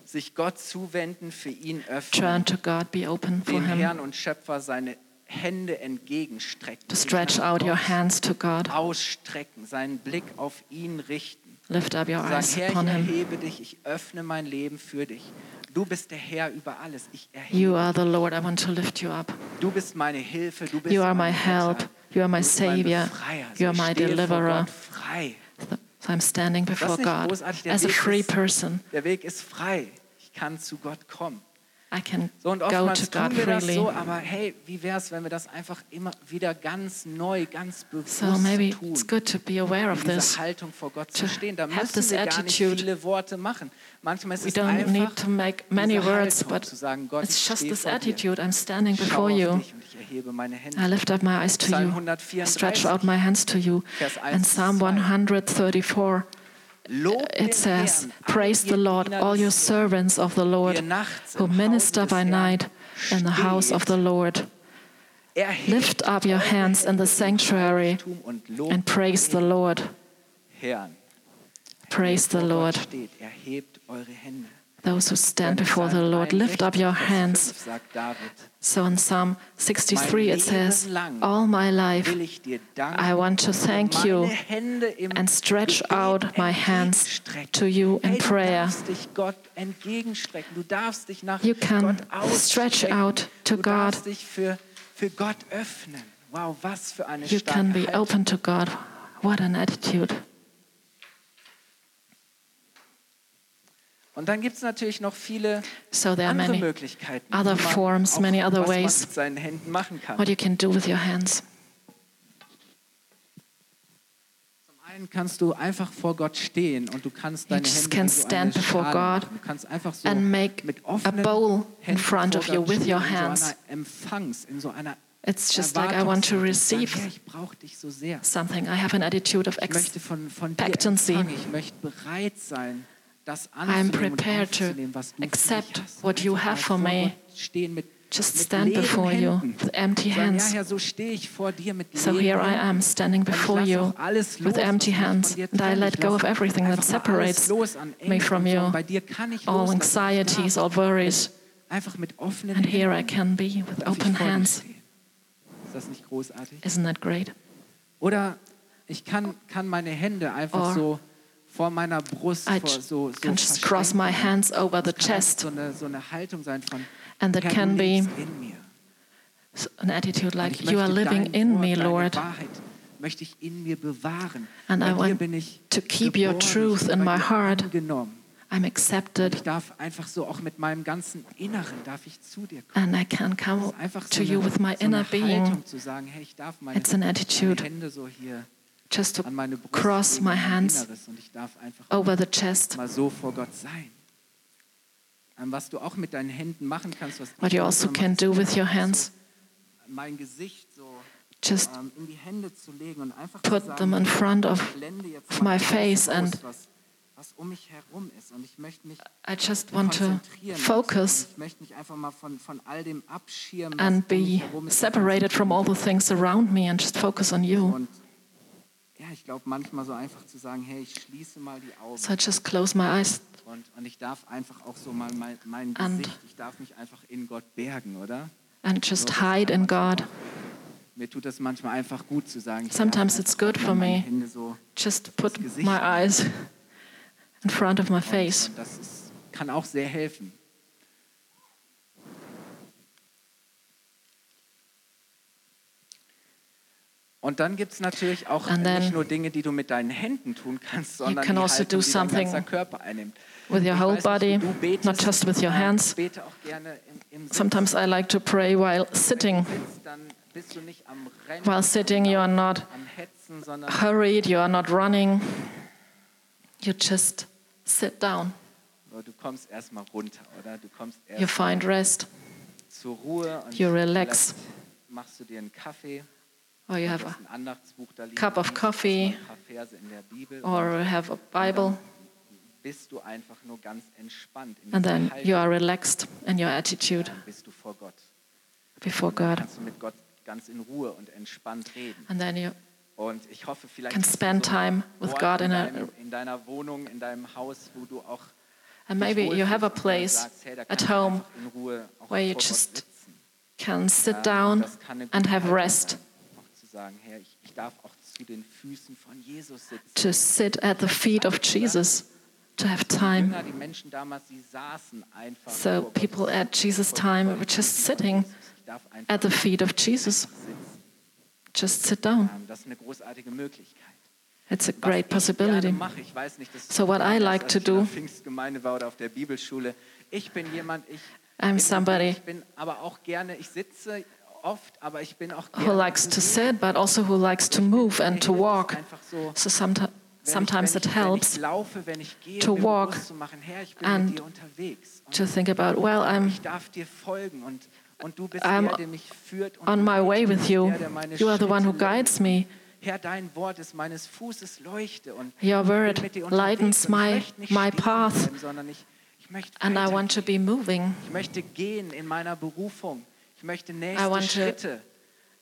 [SPEAKER 2] sich Gott zuwenden, für ihn öffnen,
[SPEAKER 3] Turn to God, be open for
[SPEAKER 2] dem
[SPEAKER 3] Him,
[SPEAKER 2] Herrn und Schöpfer seine Hände entgegenstrecken,
[SPEAKER 3] to
[SPEAKER 2] sich
[SPEAKER 3] stretch
[SPEAKER 2] nach
[SPEAKER 3] out your
[SPEAKER 2] Gott
[SPEAKER 3] hands to God,
[SPEAKER 2] ausstrecken, seinen Blick auf ihn richten.
[SPEAKER 3] lift up your
[SPEAKER 2] Sag,
[SPEAKER 3] eyes
[SPEAKER 2] Herr, ich
[SPEAKER 3] upon Him.
[SPEAKER 2] erhebe dich, ich öffne mein Leben für dich. Du bist der Herr über alles. Ich erhebe.
[SPEAKER 3] You are the Lord, I want to lift you up.
[SPEAKER 2] Du bist meine Hilfe, du bist
[SPEAKER 3] You are
[SPEAKER 2] mein
[SPEAKER 3] my help,
[SPEAKER 2] Retter.
[SPEAKER 3] you are my
[SPEAKER 2] du bist mein
[SPEAKER 3] Savior,
[SPEAKER 2] Befreier. So
[SPEAKER 3] you are
[SPEAKER 2] ich
[SPEAKER 3] my
[SPEAKER 2] stehe vor
[SPEAKER 3] Deliverer.
[SPEAKER 2] Gott Frei.
[SPEAKER 3] So I'm standing before
[SPEAKER 2] nicht
[SPEAKER 3] God
[SPEAKER 2] großartig? Der
[SPEAKER 3] as a
[SPEAKER 2] Weg
[SPEAKER 3] free
[SPEAKER 2] ist-
[SPEAKER 3] person.
[SPEAKER 2] Der Weg ist frei. Ich kann zu Gott kommen.
[SPEAKER 3] I can
[SPEAKER 2] So und
[SPEAKER 3] go to
[SPEAKER 2] oftmals
[SPEAKER 3] God
[SPEAKER 2] tun wir das
[SPEAKER 3] freely.
[SPEAKER 2] so, aber hey, wie wäre es, wenn wir das einfach immer wieder ganz neu, ganz bewusst
[SPEAKER 3] So maybe
[SPEAKER 2] um tun?
[SPEAKER 3] it's good to be aware of
[SPEAKER 2] in
[SPEAKER 3] this.
[SPEAKER 2] dieser Haltung vor Gott
[SPEAKER 3] to
[SPEAKER 2] zu stehen. Da
[SPEAKER 3] have
[SPEAKER 2] müssen
[SPEAKER 3] this
[SPEAKER 2] wir gar nicht
[SPEAKER 3] attitude.
[SPEAKER 2] viele Worte machen. Manchmal ist
[SPEAKER 3] We
[SPEAKER 2] es
[SPEAKER 3] don't
[SPEAKER 2] einfach
[SPEAKER 3] need to make many
[SPEAKER 2] diese
[SPEAKER 3] words,
[SPEAKER 2] Haltung
[SPEAKER 3] but
[SPEAKER 2] zu sagen, Gott,
[SPEAKER 3] it's
[SPEAKER 2] ich
[SPEAKER 3] just
[SPEAKER 2] stehe
[SPEAKER 3] this
[SPEAKER 2] vor dir.
[SPEAKER 3] attitude. I'm standing
[SPEAKER 2] Ich
[SPEAKER 3] before
[SPEAKER 2] schaue auf
[SPEAKER 3] you.
[SPEAKER 2] dich und ich erhebe meine Hände.
[SPEAKER 3] I lift up my eyes to
[SPEAKER 2] Psalm
[SPEAKER 3] you. I
[SPEAKER 2] 134,
[SPEAKER 3] stretch out my hands to you.
[SPEAKER 2] Vers 1
[SPEAKER 3] And Psalm
[SPEAKER 2] bis 2.
[SPEAKER 3] 134,
[SPEAKER 2] Lob den
[SPEAKER 3] it says,
[SPEAKER 2] Herrn, all
[SPEAKER 3] Praise
[SPEAKER 2] ihr
[SPEAKER 3] the Lord,
[SPEAKER 2] Diener
[SPEAKER 3] all
[SPEAKER 2] des Herrn,
[SPEAKER 3] your servants of the Lord,
[SPEAKER 2] ihr nachts
[SPEAKER 3] who
[SPEAKER 2] im Hause
[SPEAKER 3] minister
[SPEAKER 2] des
[SPEAKER 3] by
[SPEAKER 2] Herrn
[SPEAKER 3] night in the house of the
[SPEAKER 2] steht.
[SPEAKER 3] Lord.
[SPEAKER 2] erhebt
[SPEAKER 3] Lift up your
[SPEAKER 2] eure
[SPEAKER 3] hands in
[SPEAKER 2] Hände
[SPEAKER 3] the
[SPEAKER 2] im
[SPEAKER 3] sanctuary
[SPEAKER 2] Heiligtum und lobt
[SPEAKER 3] and praise the
[SPEAKER 2] den
[SPEAKER 3] Lord.
[SPEAKER 2] Herrn.
[SPEAKER 3] Praise the
[SPEAKER 2] Wo Gott
[SPEAKER 3] Lord.
[SPEAKER 2] Steht, erhebt eure Hände.
[SPEAKER 3] Those who stand
[SPEAKER 2] Dann
[SPEAKER 3] before the
[SPEAKER 2] Psalm
[SPEAKER 3] Lord, lift up your
[SPEAKER 2] 61,
[SPEAKER 3] hands.
[SPEAKER 2] Sagt David,
[SPEAKER 3] So in Psalm 63, it says, All my life
[SPEAKER 2] will ich dir danken.
[SPEAKER 3] I want to thank you
[SPEAKER 2] meine Hände im
[SPEAKER 3] and stretch
[SPEAKER 2] Gebet
[SPEAKER 3] out my hands
[SPEAKER 2] entgegenstrecken.
[SPEAKER 3] to you in
[SPEAKER 2] hey,
[SPEAKER 3] prayer.
[SPEAKER 2] Du darfst dich Gott entgegenstrecken. Du darfst dich nach
[SPEAKER 3] You can
[SPEAKER 2] Gott ausstrecken.
[SPEAKER 3] stretch out to
[SPEAKER 2] du darfst
[SPEAKER 3] God.
[SPEAKER 2] dich für, für Gott öffnen. Wow, was für eine
[SPEAKER 3] You
[SPEAKER 2] starke
[SPEAKER 3] can be
[SPEAKER 2] Haltung.
[SPEAKER 3] open to God. What an attitude.
[SPEAKER 2] Und dann gibt es natürlich noch viele
[SPEAKER 3] So there are
[SPEAKER 2] andere
[SPEAKER 3] many
[SPEAKER 2] Möglichkeiten,
[SPEAKER 3] other
[SPEAKER 2] wie man
[SPEAKER 3] forms,
[SPEAKER 2] auch,
[SPEAKER 3] many other
[SPEAKER 2] was man
[SPEAKER 3] ways.
[SPEAKER 2] mit seinen Händen machen kann.
[SPEAKER 3] what you can do with your hands.
[SPEAKER 2] Zum einen kannst du einfach vor Gott stehen und du kannst deine
[SPEAKER 3] just
[SPEAKER 2] Hände
[SPEAKER 3] can
[SPEAKER 2] wie so
[SPEAKER 3] stand
[SPEAKER 2] eine
[SPEAKER 3] before
[SPEAKER 2] Schale
[SPEAKER 3] God
[SPEAKER 2] machen. Du kannst einfach so
[SPEAKER 3] and make
[SPEAKER 2] mit
[SPEAKER 3] a
[SPEAKER 2] offenen
[SPEAKER 3] bowl in
[SPEAKER 2] Händen
[SPEAKER 3] front
[SPEAKER 2] vor
[SPEAKER 3] of
[SPEAKER 2] Gott
[SPEAKER 3] you with
[SPEAKER 2] stehen,
[SPEAKER 3] your
[SPEAKER 2] in
[SPEAKER 3] hands.
[SPEAKER 2] So einer Empfangs, in so einer
[SPEAKER 3] It's just like I want to
[SPEAKER 2] Erwartungshaltung,
[SPEAKER 3] receive
[SPEAKER 2] Sagen, Herr, ich brauche dich so sehr.
[SPEAKER 3] Something. I have an attitude of
[SPEAKER 2] Ich möchte
[SPEAKER 3] ex-
[SPEAKER 2] von, von dir
[SPEAKER 3] expectancy.
[SPEAKER 2] empfangen. Ich möchte bereit sein, das
[SPEAKER 3] I'm
[SPEAKER 2] anzunehmen
[SPEAKER 3] prepared
[SPEAKER 2] und
[SPEAKER 3] to
[SPEAKER 2] aufzunehmen, was du
[SPEAKER 3] accept
[SPEAKER 2] für mich hast.
[SPEAKER 3] what you
[SPEAKER 2] Einfach
[SPEAKER 3] have
[SPEAKER 2] mal vor
[SPEAKER 3] for me.
[SPEAKER 2] Gott Stehen mit,
[SPEAKER 3] just
[SPEAKER 2] mit
[SPEAKER 3] stand
[SPEAKER 2] leeren
[SPEAKER 3] before you
[SPEAKER 2] Händen.
[SPEAKER 3] with
[SPEAKER 2] Sagen,
[SPEAKER 3] empty
[SPEAKER 2] ja,
[SPEAKER 3] hands.
[SPEAKER 2] Herr, so stehe ich vor dir mit
[SPEAKER 3] So
[SPEAKER 2] leeren
[SPEAKER 3] here I
[SPEAKER 2] Händen.
[SPEAKER 3] am standing
[SPEAKER 2] Und ich
[SPEAKER 3] before
[SPEAKER 2] lass
[SPEAKER 3] you
[SPEAKER 2] auch alles los,
[SPEAKER 3] with
[SPEAKER 2] was
[SPEAKER 3] empty
[SPEAKER 2] mich von
[SPEAKER 3] hands,
[SPEAKER 2] dir
[SPEAKER 3] and I
[SPEAKER 2] trennt.
[SPEAKER 3] let
[SPEAKER 2] Ich
[SPEAKER 3] go
[SPEAKER 2] lass
[SPEAKER 3] of everything that
[SPEAKER 2] einfach mal alles
[SPEAKER 3] separates
[SPEAKER 2] los an
[SPEAKER 3] me
[SPEAKER 2] Ängsten
[SPEAKER 3] from
[SPEAKER 2] und Sorgen.
[SPEAKER 3] you,
[SPEAKER 2] Bei dir kann ich
[SPEAKER 3] all
[SPEAKER 2] loslassen.
[SPEAKER 3] anxieties, all worries.
[SPEAKER 2] Einfach mit offenen
[SPEAKER 3] And here I
[SPEAKER 2] Händen
[SPEAKER 3] can be with
[SPEAKER 2] darf ich
[SPEAKER 3] open
[SPEAKER 2] vor dir
[SPEAKER 3] hands.
[SPEAKER 2] stehen. Ist das nicht großartig?
[SPEAKER 3] Isn't that great?
[SPEAKER 2] Oder ich kann, kann meine Hände einfach
[SPEAKER 3] Or
[SPEAKER 2] so vor meiner Brust
[SPEAKER 3] I
[SPEAKER 2] vor,
[SPEAKER 3] j-
[SPEAKER 2] so, so
[SPEAKER 3] can just cross
[SPEAKER 2] verschränken.
[SPEAKER 3] my hands over the
[SPEAKER 2] Das kann
[SPEAKER 3] chest.
[SPEAKER 2] So eine, so eine Haltung sein von
[SPEAKER 3] And that
[SPEAKER 2] Herr,
[SPEAKER 3] can
[SPEAKER 2] du
[SPEAKER 3] be
[SPEAKER 2] lebst in mir.
[SPEAKER 3] S- An attitude
[SPEAKER 2] Und
[SPEAKER 3] like,
[SPEAKER 2] ich
[SPEAKER 3] You are
[SPEAKER 2] möchte
[SPEAKER 3] living
[SPEAKER 2] dein
[SPEAKER 3] in
[SPEAKER 2] Wort,
[SPEAKER 3] me,
[SPEAKER 2] deine
[SPEAKER 3] Lord.
[SPEAKER 2] Wahrheit möchte ich in mir bewahren.
[SPEAKER 3] And
[SPEAKER 2] Bei
[SPEAKER 3] I
[SPEAKER 2] dir
[SPEAKER 3] want
[SPEAKER 2] bin ich
[SPEAKER 3] to keep your
[SPEAKER 2] geboren,
[SPEAKER 3] truth
[SPEAKER 2] ich bin
[SPEAKER 3] in
[SPEAKER 2] bei
[SPEAKER 3] my
[SPEAKER 2] dir
[SPEAKER 3] heart.
[SPEAKER 2] angenommen.
[SPEAKER 3] I'm
[SPEAKER 2] Und ich
[SPEAKER 3] accepted
[SPEAKER 2] darf einfach so auch mit meinem ganzen Inneren darf ich zu dir kommen.
[SPEAKER 3] and I can
[SPEAKER 2] Das
[SPEAKER 3] come
[SPEAKER 2] ist einfach so
[SPEAKER 3] Oh, to you
[SPEAKER 2] eine,
[SPEAKER 3] with my
[SPEAKER 2] so
[SPEAKER 3] inner
[SPEAKER 2] eine Haltung
[SPEAKER 3] being.
[SPEAKER 2] zu sagen, hey, ich darf meine,
[SPEAKER 3] It's an
[SPEAKER 2] meine
[SPEAKER 3] attitude
[SPEAKER 2] Hände so hier
[SPEAKER 3] just to
[SPEAKER 2] an meine Brust
[SPEAKER 3] cross
[SPEAKER 2] legen,
[SPEAKER 3] my
[SPEAKER 2] an mein
[SPEAKER 3] hands
[SPEAKER 2] Inneres und ich darf einfach
[SPEAKER 3] over the chest.
[SPEAKER 2] mal so vor Gott sein. Ähm, Was du auch mit deinen Händen machen kannst, was
[SPEAKER 3] What
[SPEAKER 2] ich
[SPEAKER 3] you
[SPEAKER 2] auch
[SPEAKER 3] also
[SPEAKER 2] immer
[SPEAKER 3] can
[SPEAKER 2] mache,
[SPEAKER 3] do
[SPEAKER 2] ist
[SPEAKER 3] with your
[SPEAKER 2] einfach so
[SPEAKER 3] hands,
[SPEAKER 2] Mein Gesicht so
[SPEAKER 3] just
[SPEAKER 2] ähm, in die Hände zu legen und einfach zu
[SPEAKER 3] put
[SPEAKER 2] sagen,
[SPEAKER 3] them in front of,
[SPEAKER 2] ich blende jetzt
[SPEAKER 3] of
[SPEAKER 2] mal
[SPEAKER 3] my
[SPEAKER 2] alles
[SPEAKER 3] face
[SPEAKER 2] aus,
[SPEAKER 3] and
[SPEAKER 2] was, was um mich herum ist und ich möchte mich
[SPEAKER 3] I just want to
[SPEAKER 2] konzentrieren und
[SPEAKER 3] focus
[SPEAKER 2] Ich möchte mich einfach mal von, von all dem abschirmen was
[SPEAKER 3] and
[SPEAKER 2] um mich
[SPEAKER 3] be
[SPEAKER 2] herum ist, was
[SPEAKER 3] separated from all the things around me and just focus on you.
[SPEAKER 2] Und ja, ich glaube manchmal so einfach zu sagen, hey, ich schließe mal die Augen
[SPEAKER 3] So I just close my eyes
[SPEAKER 2] und, und ich darf einfach auch so mal mein, mein
[SPEAKER 3] And-
[SPEAKER 2] Gesicht, ich darf mich einfach in Gott bergen, oder?
[SPEAKER 3] and
[SPEAKER 2] So,
[SPEAKER 3] just
[SPEAKER 2] das
[SPEAKER 3] hide
[SPEAKER 2] kann
[SPEAKER 3] in
[SPEAKER 2] manchmal
[SPEAKER 3] God.
[SPEAKER 2] auch- Mir tut das manchmal einfach gut zu sagen. ich darf
[SPEAKER 3] Sometimes it's
[SPEAKER 2] einfach
[SPEAKER 3] good
[SPEAKER 2] auch mal
[SPEAKER 3] for
[SPEAKER 2] meine
[SPEAKER 3] me.
[SPEAKER 2] Hände so
[SPEAKER 3] Just put
[SPEAKER 2] das Gesicht
[SPEAKER 3] my eyes in front of my
[SPEAKER 2] und-
[SPEAKER 3] face.
[SPEAKER 2] Und das ist, kann auch sehr helfen. Und dann gibt es natürlich auch
[SPEAKER 3] And then
[SPEAKER 2] nicht nur Dinge, die du mit deinen Händen tun kannst, sondern
[SPEAKER 3] can
[SPEAKER 2] die,
[SPEAKER 3] also
[SPEAKER 2] Haltung,
[SPEAKER 3] do
[SPEAKER 2] die dein ganzer
[SPEAKER 3] something
[SPEAKER 2] Körper einnimmt.
[SPEAKER 3] with your
[SPEAKER 2] Ich weiß
[SPEAKER 3] whole
[SPEAKER 2] nicht, wie
[SPEAKER 3] body,
[SPEAKER 2] du betest,
[SPEAKER 3] not just with your
[SPEAKER 2] aber
[SPEAKER 3] hands.
[SPEAKER 2] ich Bete auch gerne im, im Sitzen.
[SPEAKER 3] Sometimes I like to pray while
[SPEAKER 2] Wenn
[SPEAKER 3] sitting.
[SPEAKER 2] du sitzt, dann bist du nicht am Rennen,
[SPEAKER 3] While sitting, you are not
[SPEAKER 2] am Hetzen, sondern
[SPEAKER 3] hurried, you are not running. You just sit down,
[SPEAKER 2] Aber du kommst erstmal runter, oder? Du kommst
[SPEAKER 3] you
[SPEAKER 2] erst
[SPEAKER 3] find rest,
[SPEAKER 2] zur Ruhe und
[SPEAKER 3] you relax.
[SPEAKER 2] vielleicht machst du dir einen Kaffee,
[SPEAKER 3] or you have
[SPEAKER 2] du
[SPEAKER 3] a,
[SPEAKER 2] hast ein Andachtsbuch da liegen,
[SPEAKER 3] cup of
[SPEAKER 2] liest
[SPEAKER 3] coffee
[SPEAKER 2] erstmal ein paar Verse in der Bibel
[SPEAKER 3] or have a Bible,
[SPEAKER 2] und bist du einfach nur ganz entspannt in
[SPEAKER 3] and
[SPEAKER 2] dieser
[SPEAKER 3] then
[SPEAKER 2] Haltung,
[SPEAKER 3] you are relaxed in your attitude
[SPEAKER 2] dann bist du vor Gott.
[SPEAKER 3] before God.
[SPEAKER 2] Kannst du mit Gott ganz in Ruhe und entspannt reden.
[SPEAKER 3] And then you
[SPEAKER 2] Und ich hoffe, vielleicht
[SPEAKER 3] Can
[SPEAKER 2] hast du
[SPEAKER 3] spend
[SPEAKER 2] so einen
[SPEAKER 3] time with
[SPEAKER 2] Ort
[SPEAKER 3] God
[SPEAKER 2] in,
[SPEAKER 3] in a-
[SPEAKER 2] deinem, in deiner Wohnung, in deinem Haus, wo du auch
[SPEAKER 3] and
[SPEAKER 2] dich
[SPEAKER 3] maybe you
[SPEAKER 2] wohlfühlst
[SPEAKER 3] have a
[SPEAKER 2] und wo du
[SPEAKER 3] place
[SPEAKER 2] sagst, hey, da kann
[SPEAKER 3] at
[SPEAKER 2] ich
[SPEAKER 3] home
[SPEAKER 2] einfach in Ruhe auch
[SPEAKER 3] where you
[SPEAKER 2] vor Gott
[SPEAKER 3] just
[SPEAKER 2] sitzen.
[SPEAKER 3] can sit
[SPEAKER 2] Ähm,
[SPEAKER 3] down
[SPEAKER 2] das kann eine gute
[SPEAKER 3] and have
[SPEAKER 2] Haltung
[SPEAKER 3] rest.
[SPEAKER 2] sein, Auch zu sagen, Herr, ich, ich darf auch zu den Füßen von Jesus sitzen.
[SPEAKER 3] to sit at the feet of Jesus, to have
[SPEAKER 2] Die
[SPEAKER 3] time.
[SPEAKER 2] Jünger, die Menschen damals, die saßen einfach
[SPEAKER 3] So
[SPEAKER 2] vor
[SPEAKER 3] people
[SPEAKER 2] Gottes-
[SPEAKER 3] at Jesus'
[SPEAKER 2] vor den
[SPEAKER 3] time
[SPEAKER 2] Füßen
[SPEAKER 3] were just
[SPEAKER 2] von
[SPEAKER 3] sitting
[SPEAKER 2] Jesus. Ich darf einfach
[SPEAKER 3] at the feet of Jesus.
[SPEAKER 2] sitzen.
[SPEAKER 3] Just sit down.
[SPEAKER 2] Ähm, Das ist eine großartige Möglichkeit.
[SPEAKER 3] It's a
[SPEAKER 2] Was
[SPEAKER 3] great
[SPEAKER 2] ich gerne
[SPEAKER 3] possibility.
[SPEAKER 2] Mache. Ich weiß nicht, das
[SPEAKER 3] So what I like
[SPEAKER 2] als
[SPEAKER 3] to
[SPEAKER 2] ich in der
[SPEAKER 3] do-
[SPEAKER 2] Pfingstgemeinde war oder auf der Bibelschule. Ich bin jemand, ich
[SPEAKER 3] I'm
[SPEAKER 2] bin-
[SPEAKER 3] somebody-
[SPEAKER 2] ich bin aber auch gerne, ich sitze oft, aber ich bin auch gerne
[SPEAKER 3] Who likes to sit, but also who likes to move and to walk. So someti-
[SPEAKER 2] Wenn ich,
[SPEAKER 3] sometimes
[SPEAKER 2] wenn
[SPEAKER 3] it
[SPEAKER 2] ich, wenn
[SPEAKER 3] helps
[SPEAKER 2] ich laufe, wenn ich gehe, um
[SPEAKER 3] to
[SPEAKER 2] mir
[SPEAKER 3] walk
[SPEAKER 2] bewusst zu machen, Herr, ich bin
[SPEAKER 3] and
[SPEAKER 2] mit dir unterwegs und
[SPEAKER 3] to think about, well, I'm
[SPEAKER 2] ich darf dir folgen und, und du bist
[SPEAKER 3] I'm
[SPEAKER 2] der, der mich führt und
[SPEAKER 3] on my
[SPEAKER 2] du
[SPEAKER 3] way
[SPEAKER 2] bist
[SPEAKER 3] with you.
[SPEAKER 2] der, der meine
[SPEAKER 3] You are the one who
[SPEAKER 2] Schritte lenkt.
[SPEAKER 3] guides me.
[SPEAKER 2] Herr, dein Wort ist meines Fußes Leuchte und
[SPEAKER 3] Your
[SPEAKER 2] ich bin
[SPEAKER 3] word
[SPEAKER 2] mit dir unterwegs
[SPEAKER 3] lightens
[SPEAKER 2] und
[SPEAKER 3] my-
[SPEAKER 2] ich möchte nicht
[SPEAKER 3] my
[SPEAKER 2] stehen
[SPEAKER 3] path.
[SPEAKER 2] bleiben, sondern ich, ich möchte
[SPEAKER 3] And I want to
[SPEAKER 2] weitergehen.
[SPEAKER 3] be moving.
[SPEAKER 2] Ich möchte gehen in meiner Berufung. Ich möchte nächste
[SPEAKER 3] want to
[SPEAKER 2] Schritte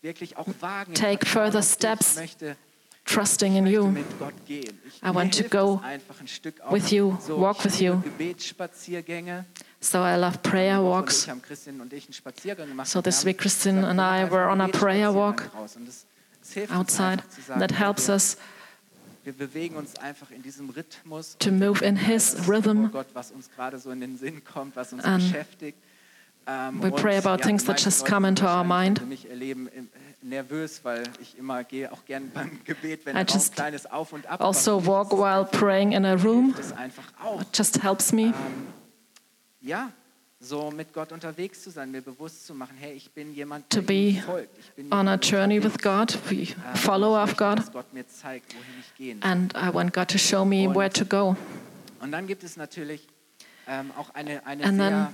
[SPEAKER 2] wirklich auch wagen. Ich
[SPEAKER 3] take
[SPEAKER 2] vertraue
[SPEAKER 3] further
[SPEAKER 2] auf dich.
[SPEAKER 3] steps
[SPEAKER 2] Ich möchte
[SPEAKER 3] Trusting in
[SPEAKER 2] möchte
[SPEAKER 3] you.
[SPEAKER 2] mit Gott gehen. Ich,
[SPEAKER 3] I want
[SPEAKER 2] mir
[SPEAKER 3] to go
[SPEAKER 2] hilft es einfach ein Stück auch.
[SPEAKER 3] with you,
[SPEAKER 2] so,
[SPEAKER 3] walk
[SPEAKER 2] ich
[SPEAKER 3] with
[SPEAKER 2] liebe
[SPEAKER 3] you.
[SPEAKER 2] Gebetsspaziergänge.
[SPEAKER 3] So I love prayer
[SPEAKER 2] Und
[SPEAKER 3] walks.
[SPEAKER 2] ich haben Christian und ich einen Spaziergang gemacht.
[SPEAKER 3] So
[SPEAKER 2] und wir
[SPEAKER 3] this
[SPEAKER 2] haben
[SPEAKER 3] week Christian
[SPEAKER 2] gesagt,
[SPEAKER 3] and
[SPEAKER 2] wir machen
[SPEAKER 3] I
[SPEAKER 2] einfach
[SPEAKER 3] were
[SPEAKER 2] einen
[SPEAKER 3] on a prayer walk
[SPEAKER 2] Gebetsspaziergang raus. Und das- das hilft uns
[SPEAKER 3] outside.
[SPEAKER 2] einfach zu sagen,
[SPEAKER 3] That
[SPEAKER 2] hey,
[SPEAKER 3] helps
[SPEAKER 2] wir-
[SPEAKER 3] us
[SPEAKER 2] Wir bewegen uns einfach in diesem Rhythmus.
[SPEAKER 3] to move in His
[SPEAKER 2] Oh
[SPEAKER 3] rhythm.
[SPEAKER 2] Gott, was uns gerade so in den Sinn kommt, was uns
[SPEAKER 3] And
[SPEAKER 2] beschäftigt. Ähm,
[SPEAKER 3] we pray about things that just come into our mind.
[SPEAKER 2] Ich mich erleben im- äh, nervös, weil ich immer gehe auch gern beim Gebet, wenn
[SPEAKER 3] I
[SPEAKER 2] ein
[SPEAKER 3] just
[SPEAKER 2] kleines Auf und Ab.
[SPEAKER 3] Also
[SPEAKER 2] macht.
[SPEAKER 3] walk while praying in a room.
[SPEAKER 2] Das einfach auch.
[SPEAKER 3] It just helps me.
[SPEAKER 2] Ja, so mit Gott unterwegs zu sein, mir bewusst zu machen, hey, ich bin jemand,
[SPEAKER 3] To
[SPEAKER 2] der ihm
[SPEAKER 3] be
[SPEAKER 2] folgt. Ich bin
[SPEAKER 3] on a
[SPEAKER 2] jemand, der
[SPEAKER 3] journey
[SPEAKER 2] unterwegs
[SPEAKER 3] with God, we
[SPEAKER 2] ist. Ähm,
[SPEAKER 3] follow
[SPEAKER 2] ich
[SPEAKER 3] of
[SPEAKER 2] möchte,
[SPEAKER 3] God,
[SPEAKER 2] Dass Gott mir zeigt, wohin ich gehen
[SPEAKER 3] and I want God to show me where to go.
[SPEAKER 2] Und dann gibt es natürlich ähm, auch eine, eine
[SPEAKER 3] And
[SPEAKER 2] sehr,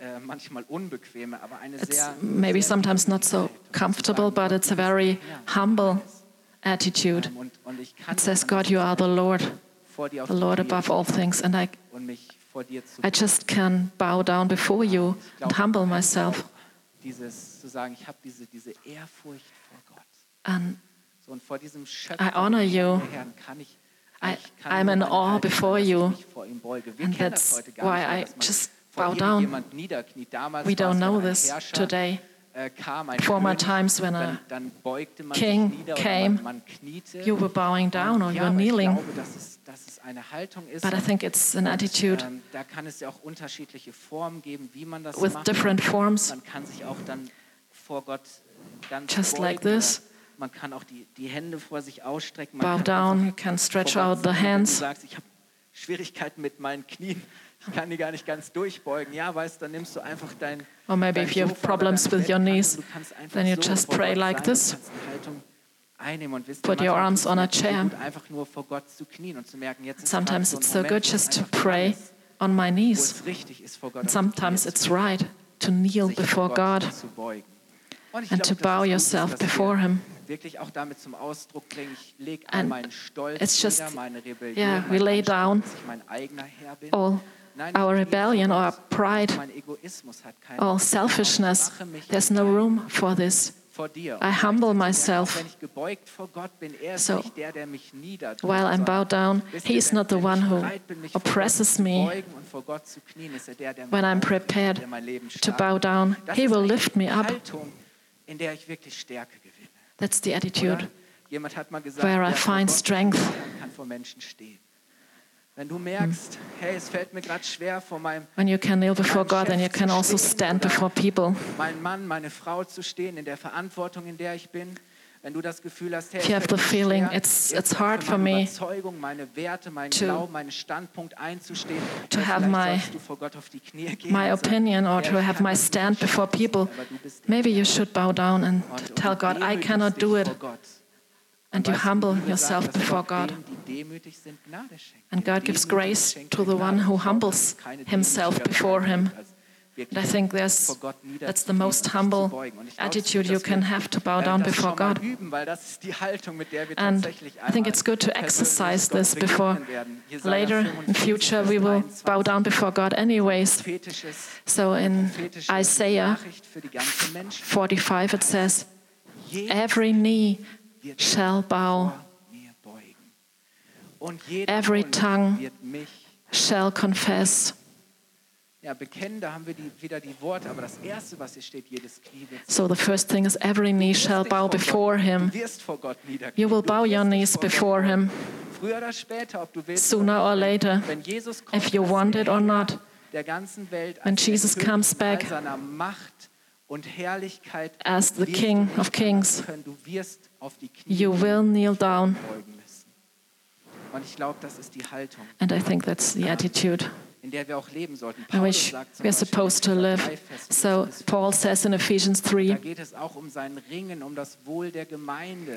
[SPEAKER 2] äh, manchmal unbequeme, aber eine
[SPEAKER 3] It's
[SPEAKER 2] sehr,
[SPEAKER 3] maybe
[SPEAKER 2] sehr
[SPEAKER 3] sometimes not so
[SPEAKER 2] Bequemlichkeit, um zu
[SPEAKER 3] comfortable,
[SPEAKER 2] sagen,
[SPEAKER 3] but
[SPEAKER 2] Gott,
[SPEAKER 3] it's a
[SPEAKER 2] du bist
[SPEAKER 3] very
[SPEAKER 2] der Herr.
[SPEAKER 3] humble attitude.
[SPEAKER 2] Ähm, und, und ich kann
[SPEAKER 3] It says,
[SPEAKER 2] nicht
[SPEAKER 3] God,
[SPEAKER 2] anders,
[SPEAKER 3] you are the Lord,
[SPEAKER 2] vor dir auf
[SPEAKER 3] the
[SPEAKER 2] die
[SPEAKER 3] Lord
[SPEAKER 2] Knie
[SPEAKER 3] above all things, and I,
[SPEAKER 2] und mich vor dir zu
[SPEAKER 3] I just can bow down before you
[SPEAKER 2] Ich
[SPEAKER 3] and
[SPEAKER 2] glaube,
[SPEAKER 3] humble
[SPEAKER 2] ich
[SPEAKER 3] myself.
[SPEAKER 2] brauche Dieses, zu sagen, ich habe diese, diese Ehrfurcht vor Gott.
[SPEAKER 3] And
[SPEAKER 2] So, und vor diesem Schöpfer,
[SPEAKER 3] I honor you.
[SPEAKER 2] der Herrn, kann ich,
[SPEAKER 3] I-
[SPEAKER 2] ich kann
[SPEAKER 3] I'm
[SPEAKER 2] nur
[SPEAKER 3] in
[SPEAKER 2] meine
[SPEAKER 3] awe
[SPEAKER 2] Haltung,
[SPEAKER 3] before
[SPEAKER 2] dass ich
[SPEAKER 3] you.
[SPEAKER 2] mich vor ihm beuge. Wir
[SPEAKER 3] And
[SPEAKER 2] kennen das
[SPEAKER 3] that's
[SPEAKER 2] heute gar
[SPEAKER 3] why
[SPEAKER 2] nicht, mehr,
[SPEAKER 3] I
[SPEAKER 2] dass man
[SPEAKER 3] just
[SPEAKER 2] vor
[SPEAKER 3] bow
[SPEAKER 2] jedem
[SPEAKER 3] down.
[SPEAKER 2] jemand niederkniet. Damals
[SPEAKER 3] We
[SPEAKER 2] war es,
[SPEAKER 3] don't
[SPEAKER 2] wenn
[SPEAKER 3] know
[SPEAKER 2] ein
[SPEAKER 3] this
[SPEAKER 2] Herrscher,
[SPEAKER 3] today.
[SPEAKER 2] äh, Kam, ein
[SPEAKER 3] Former
[SPEAKER 2] König,
[SPEAKER 3] times when a
[SPEAKER 2] dann, dann beugte man
[SPEAKER 3] king
[SPEAKER 2] sich nieder
[SPEAKER 3] came,
[SPEAKER 2] oder man, man kniete.
[SPEAKER 3] you were bowing down or
[SPEAKER 2] Und
[SPEAKER 3] you
[SPEAKER 2] ja,
[SPEAKER 3] were
[SPEAKER 2] aber Ich
[SPEAKER 3] kneeling,
[SPEAKER 2] glaube, dass es, dass es eine Haltung ist.
[SPEAKER 3] but I think it's an attitude.
[SPEAKER 2] ähm, da kann es ja auch unterschiedliche Formen geben, wie man das
[SPEAKER 3] with
[SPEAKER 2] macht.
[SPEAKER 3] different forms.
[SPEAKER 2] Man kann sich auch dann vor Gott ganz
[SPEAKER 3] Just
[SPEAKER 2] beugen.
[SPEAKER 3] like this.
[SPEAKER 2] oder Man kann auch die, die Hände vor sich ausstrecken. Man
[SPEAKER 3] Bow
[SPEAKER 2] kann
[SPEAKER 3] down,
[SPEAKER 2] einfach
[SPEAKER 3] you can stretch
[SPEAKER 2] vor Gott
[SPEAKER 3] out the
[SPEAKER 2] sitzen. Wenn Du
[SPEAKER 3] hands.
[SPEAKER 2] sagst, ich habe Schwierigkeiten mit meinen Knien. Ich kann die gar nicht ganz durchbeugen. Ja, weißt, dann nimmst du einfach dein
[SPEAKER 3] Or maybe
[SPEAKER 2] dein
[SPEAKER 3] if you have
[SPEAKER 2] Sofa oder
[SPEAKER 3] problems
[SPEAKER 2] deine
[SPEAKER 3] with your
[SPEAKER 2] Bettkante
[SPEAKER 3] knees,
[SPEAKER 2] und du kannst einfach
[SPEAKER 3] then you
[SPEAKER 2] so
[SPEAKER 3] just
[SPEAKER 2] vor
[SPEAKER 3] pray
[SPEAKER 2] Gott
[SPEAKER 3] like
[SPEAKER 2] sein. Du
[SPEAKER 3] this.
[SPEAKER 2] kannst eine Haltung Einnehmen und wisst ihr,
[SPEAKER 3] Put your
[SPEAKER 2] manchmal
[SPEAKER 3] arms
[SPEAKER 2] tut's
[SPEAKER 3] on a
[SPEAKER 2] mir so
[SPEAKER 3] chair.
[SPEAKER 2] Gut, einfach nur vor Gott zu knien und zu merken, jetzt ist
[SPEAKER 3] Sometimes
[SPEAKER 2] gerade so
[SPEAKER 3] it's so
[SPEAKER 2] ein
[SPEAKER 3] good
[SPEAKER 2] Moment, wo es
[SPEAKER 3] just to
[SPEAKER 2] einfach
[SPEAKER 3] pray
[SPEAKER 2] alles
[SPEAKER 3] on my
[SPEAKER 2] wo
[SPEAKER 3] knees.
[SPEAKER 2] es richtig ist, vor Gott
[SPEAKER 3] And
[SPEAKER 2] auf die Knie
[SPEAKER 3] sometimes
[SPEAKER 2] zu
[SPEAKER 3] it's right to kneel
[SPEAKER 2] sich vor
[SPEAKER 3] before
[SPEAKER 2] Gott
[SPEAKER 3] God
[SPEAKER 2] zu beugen. Und ich
[SPEAKER 3] and
[SPEAKER 2] glaube,
[SPEAKER 3] to
[SPEAKER 2] dass
[SPEAKER 3] bow
[SPEAKER 2] es gut ist,
[SPEAKER 3] yourself
[SPEAKER 2] dass wir
[SPEAKER 3] before Him.
[SPEAKER 2] Wirklich auch damit zum Ausdruck bringen, ich lege all
[SPEAKER 3] And
[SPEAKER 2] meinen Stolz
[SPEAKER 3] it's just-
[SPEAKER 2] nieder, meine Rebellion,
[SPEAKER 3] yeah,
[SPEAKER 2] mein
[SPEAKER 3] we lay
[SPEAKER 2] Anspruch,
[SPEAKER 3] down
[SPEAKER 2] dass ich mein eigener Herr bin.
[SPEAKER 3] all
[SPEAKER 2] Nein, ich
[SPEAKER 3] our
[SPEAKER 2] gehe
[SPEAKER 3] rebellion
[SPEAKER 2] vor
[SPEAKER 3] or our
[SPEAKER 2] Gott.
[SPEAKER 3] pride,
[SPEAKER 2] Mein Egoismus hat keinen
[SPEAKER 3] all
[SPEAKER 2] Platz. Ich
[SPEAKER 3] selfishness.
[SPEAKER 2] mache mich
[SPEAKER 3] There's no room for this.
[SPEAKER 2] vor dir. Und
[SPEAKER 3] I humble
[SPEAKER 2] gleichzeitig merke ich,
[SPEAKER 3] myself.
[SPEAKER 2] Wenn ich gebeugt vor Gott bin, er ist
[SPEAKER 3] So,
[SPEAKER 2] nicht der, der mich niederdrückt.
[SPEAKER 3] while I'm
[SPEAKER 2] sondern,
[SPEAKER 3] bowed down,
[SPEAKER 2] wisst
[SPEAKER 3] he
[SPEAKER 2] ihr,
[SPEAKER 3] is
[SPEAKER 2] wenn-
[SPEAKER 3] not the
[SPEAKER 2] wenn
[SPEAKER 3] one
[SPEAKER 2] ich
[SPEAKER 3] who
[SPEAKER 2] bereit bin, mich vor Gott
[SPEAKER 3] oppresses
[SPEAKER 2] zu
[SPEAKER 3] me.
[SPEAKER 2] beugen und vor Gott zu knien, ist er der, der mich
[SPEAKER 3] When I'm
[SPEAKER 2] aufrichtet,
[SPEAKER 3] prepared
[SPEAKER 2] der mein Leben
[SPEAKER 3] to
[SPEAKER 2] stark
[SPEAKER 3] bow
[SPEAKER 2] macht.
[SPEAKER 3] down,
[SPEAKER 2] Das
[SPEAKER 3] He
[SPEAKER 2] ist
[SPEAKER 3] will
[SPEAKER 2] eigentlich
[SPEAKER 3] lift me
[SPEAKER 2] die
[SPEAKER 3] up.
[SPEAKER 2] Haltung, in der ich wirklich Stärke gewinne.
[SPEAKER 3] That's the
[SPEAKER 2] Oder?
[SPEAKER 3] attitude.
[SPEAKER 2] Jemand hat mal gesagt,
[SPEAKER 3] where I
[SPEAKER 2] wer vor
[SPEAKER 3] find
[SPEAKER 2] Gott
[SPEAKER 3] strength.
[SPEAKER 2] steht, kann vor Menschen stehen. Wenn du merkst, hey, es fällt mir gerade schwer, vor meinem
[SPEAKER 3] When you can kneel before God, then you can also stand before people.
[SPEAKER 2] mein Mann, meine Frau zu stehen, in der Verantwortung, in der ich bin. Wenn du das Gefühl hast, hey,
[SPEAKER 3] If you have the
[SPEAKER 2] fällt mir
[SPEAKER 3] feeling,
[SPEAKER 2] schwer,
[SPEAKER 3] it's-
[SPEAKER 2] jetzt
[SPEAKER 3] it's hard
[SPEAKER 2] für
[SPEAKER 3] for
[SPEAKER 2] meine
[SPEAKER 3] me
[SPEAKER 2] Überzeugung, meine Werte, meinen
[SPEAKER 3] to-
[SPEAKER 2] Glauben, meinen Standpunkt einzustehen,
[SPEAKER 3] to
[SPEAKER 2] dann
[SPEAKER 3] have
[SPEAKER 2] vielleicht
[SPEAKER 3] my-
[SPEAKER 2] solltest du vor Gott auf die Knie gehen
[SPEAKER 3] my
[SPEAKER 2] und sagen,
[SPEAKER 3] opinion or
[SPEAKER 2] Herr,
[SPEAKER 3] to
[SPEAKER 2] ich
[SPEAKER 3] have
[SPEAKER 2] kann
[SPEAKER 3] my
[SPEAKER 2] das nicht
[SPEAKER 3] stand before people,
[SPEAKER 2] aber du bist
[SPEAKER 3] maybe you should bow down and
[SPEAKER 2] Und- und
[SPEAKER 3] tell
[SPEAKER 2] du
[SPEAKER 3] God, I
[SPEAKER 2] demütigst
[SPEAKER 3] cannot
[SPEAKER 2] dich
[SPEAKER 3] do it.
[SPEAKER 2] vor Gott.
[SPEAKER 3] And you
[SPEAKER 2] Weißt du, die
[SPEAKER 3] humble
[SPEAKER 2] Bibel sagt,
[SPEAKER 3] yourself
[SPEAKER 2] dass
[SPEAKER 3] before
[SPEAKER 2] Gott
[SPEAKER 3] God.
[SPEAKER 2] denen, die demütig sind, Gnade schenkt.
[SPEAKER 3] And
[SPEAKER 2] Den
[SPEAKER 3] God gives
[SPEAKER 2] Demütigen
[SPEAKER 3] grace
[SPEAKER 2] schenkt
[SPEAKER 3] to
[SPEAKER 2] er
[SPEAKER 3] the
[SPEAKER 2] Gnade.
[SPEAKER 3] one who
[SPEAKER 2] Gott
[SPEAKER 3] humbles
[SPEAKER 2] ist keine
[SPEAKER 3] himself
[SPEAKER 2] Demütiger,
[SPEAKER 3] before
[SPEAKER 2] keine
[SPEAKER 3] him.
[SPEAKER 2] als wirklich
[SPEAKER 3] And I think
[SPEAKER 2] vor
[SPEAKER 3] that's,
[SPEAKER 2] Gott
[SPEAKER 3] that's the
[SPEAKER 2] niederzuknien
[SPEAKER 3] most
[SPEAKER 2] und sich zu
[SPEAKER 3] humble
[SPEAKER 2] beugen. Und ich glaub,
[SPEAKER 3] attitude
[SPEAKER 2] dass
[SPEAKER 3] you
[SPEAKER 2] wir,
[SPEAKER 3] can have to bow
[SPEAKER 2] äh,
[SPEAKER 3] down
[SPEAKER 2] das
[SPEAKER 3] before
[SPEAKER 2] schon mal
[SPEAKER 3] God.
[SPEAKER 2] Üben, weil das ist die Haltung, mit der wir
[SPEAKER 3] And
[SPEAKER 2] tatsächlich
[SPEAKER 3] I think
[SPEAKER 2] einmal
[SPEAKER 3] it's good to
[SPEAKER 2] persönlich
[SPEAKER 3] exercise
[SPEAKER 2] Gott
[SPEAKER 3] this
[SPEAKER 2] begegnen
[SPEAKER 3] before
[SPEAKER 2] werden. Jesaja
[SPEAKER 3] later in
[SPEAKER 2] 55,
[SPEAKER 3] future we
[SPEAKER 2] Vers
[SPEAKER 3] will
[SPEAKER 2] 23,
[SPEAKER 3] bow down before God anyways.
[SPEAKER 2] prophetisches-
[SPEAKER 3] So in
[SPEAKER 2] prophetische
[SPEAKER 3] Isaiah
[SPEAKER 2] Nachricht für die ganzen Menschen.
[SPEAKER 3] 45 it says,
[SPEAKER 2] Jeder
[SPEAKER 3] Every knee
[SPEAKER 2] wird
[SPEAKER 3] shall bow,
[SPEAKER 2] vor mir beugen. Und jeder
[SPEAKER 3] Every
[SPEAKER 2] Mund
[SPEAKER 3] tongue
[SPEAKER 2] wird mich
[SPEAKER 3] shall confess.
[SPEAKER 2] ja, bekennen. Da haben wir die, wieder die Worte, aber das Erste, was hier steht, jedes Knie wird
[SPEAKER 3] So the first thing is every knee
[SPEAKER 2] wirst
[SPEAKER 3] shall
[SPEAKER 2] dich
[SPEAKER 3] bow
[SPEAKER 2] vor Gott-
[SPEAKER 3] before him.
[SPEAKER 2] Du wirst vor Gott niederknien.
[SPEAKER 3] You will
[SPEAKER 2] Du
[SPEAKER 3] bow your
[SPEAKER 2] wirst dich
[SPEAKER 3] knees
[SPEAKER 2] vor Gott
[SPEAKER 3] before him.
[SPEAKER 2] beugen. Früher oder später, ob du willst. oder
[SPEAKER 3] Sooner or
[SPEAKER 2] nicht.
[SPEAKER 3] later,
[SPEAKER 2] Wenn Jesus kommt,
[SPEAKER 3] if you
[SPEAKER 2] als
[SPEAKER 3] want it or not,
[SPEAKER 2] der ganzen Welt,
[SPEAKER 3] When
[SPEAKER 2] als der
[SPEAKER 3] Jesus
[SPEAKER 2] König
[SPEAKER 3] comes
[SPEAKER 2] in all
[SPEAKER 3] back
[SPEAKER 2] seiner Macht und Herrlichkeit,
[SPEAKER 3] as the
[SPEAKER 2] wirst du
[SPEAKER 3] King
[SPEAKER 2] nicht
[SPEAKER 3] of Kings,
[SPEAKER 2] anders können. Du wirst auf die Knie
[SPEAKER 3] you will kneel down.
[SPEAKER 2] beugen müssen. Und ich glaube, das ist die Haltung,
[SPEAKER 3] And I think that's the attitude
[SPEAKER 2] in der wir auch leben sollten.
[SPEAKER 3] in
[SPEAKER 2] Paulus
[SPEAKER 3] which
[SPEAKER 2] sagt zum Beispiel,
[SPEAKER 3] we are
[SPEAKER 2] er
[SPEAKER 3] supposed to
[SPEAKER 2] in Epheser
[SPEAKER 3] live.
[SPEAKER 2] 3, Vers 14
[SPEAKER 3] So
[SPEAKER 2] bis
[SPEAKER 3] Paul says in Ephesians 3
[SPEAKER 2] Da geht es auch um sein Ringen, um das Wohl der Gemeinde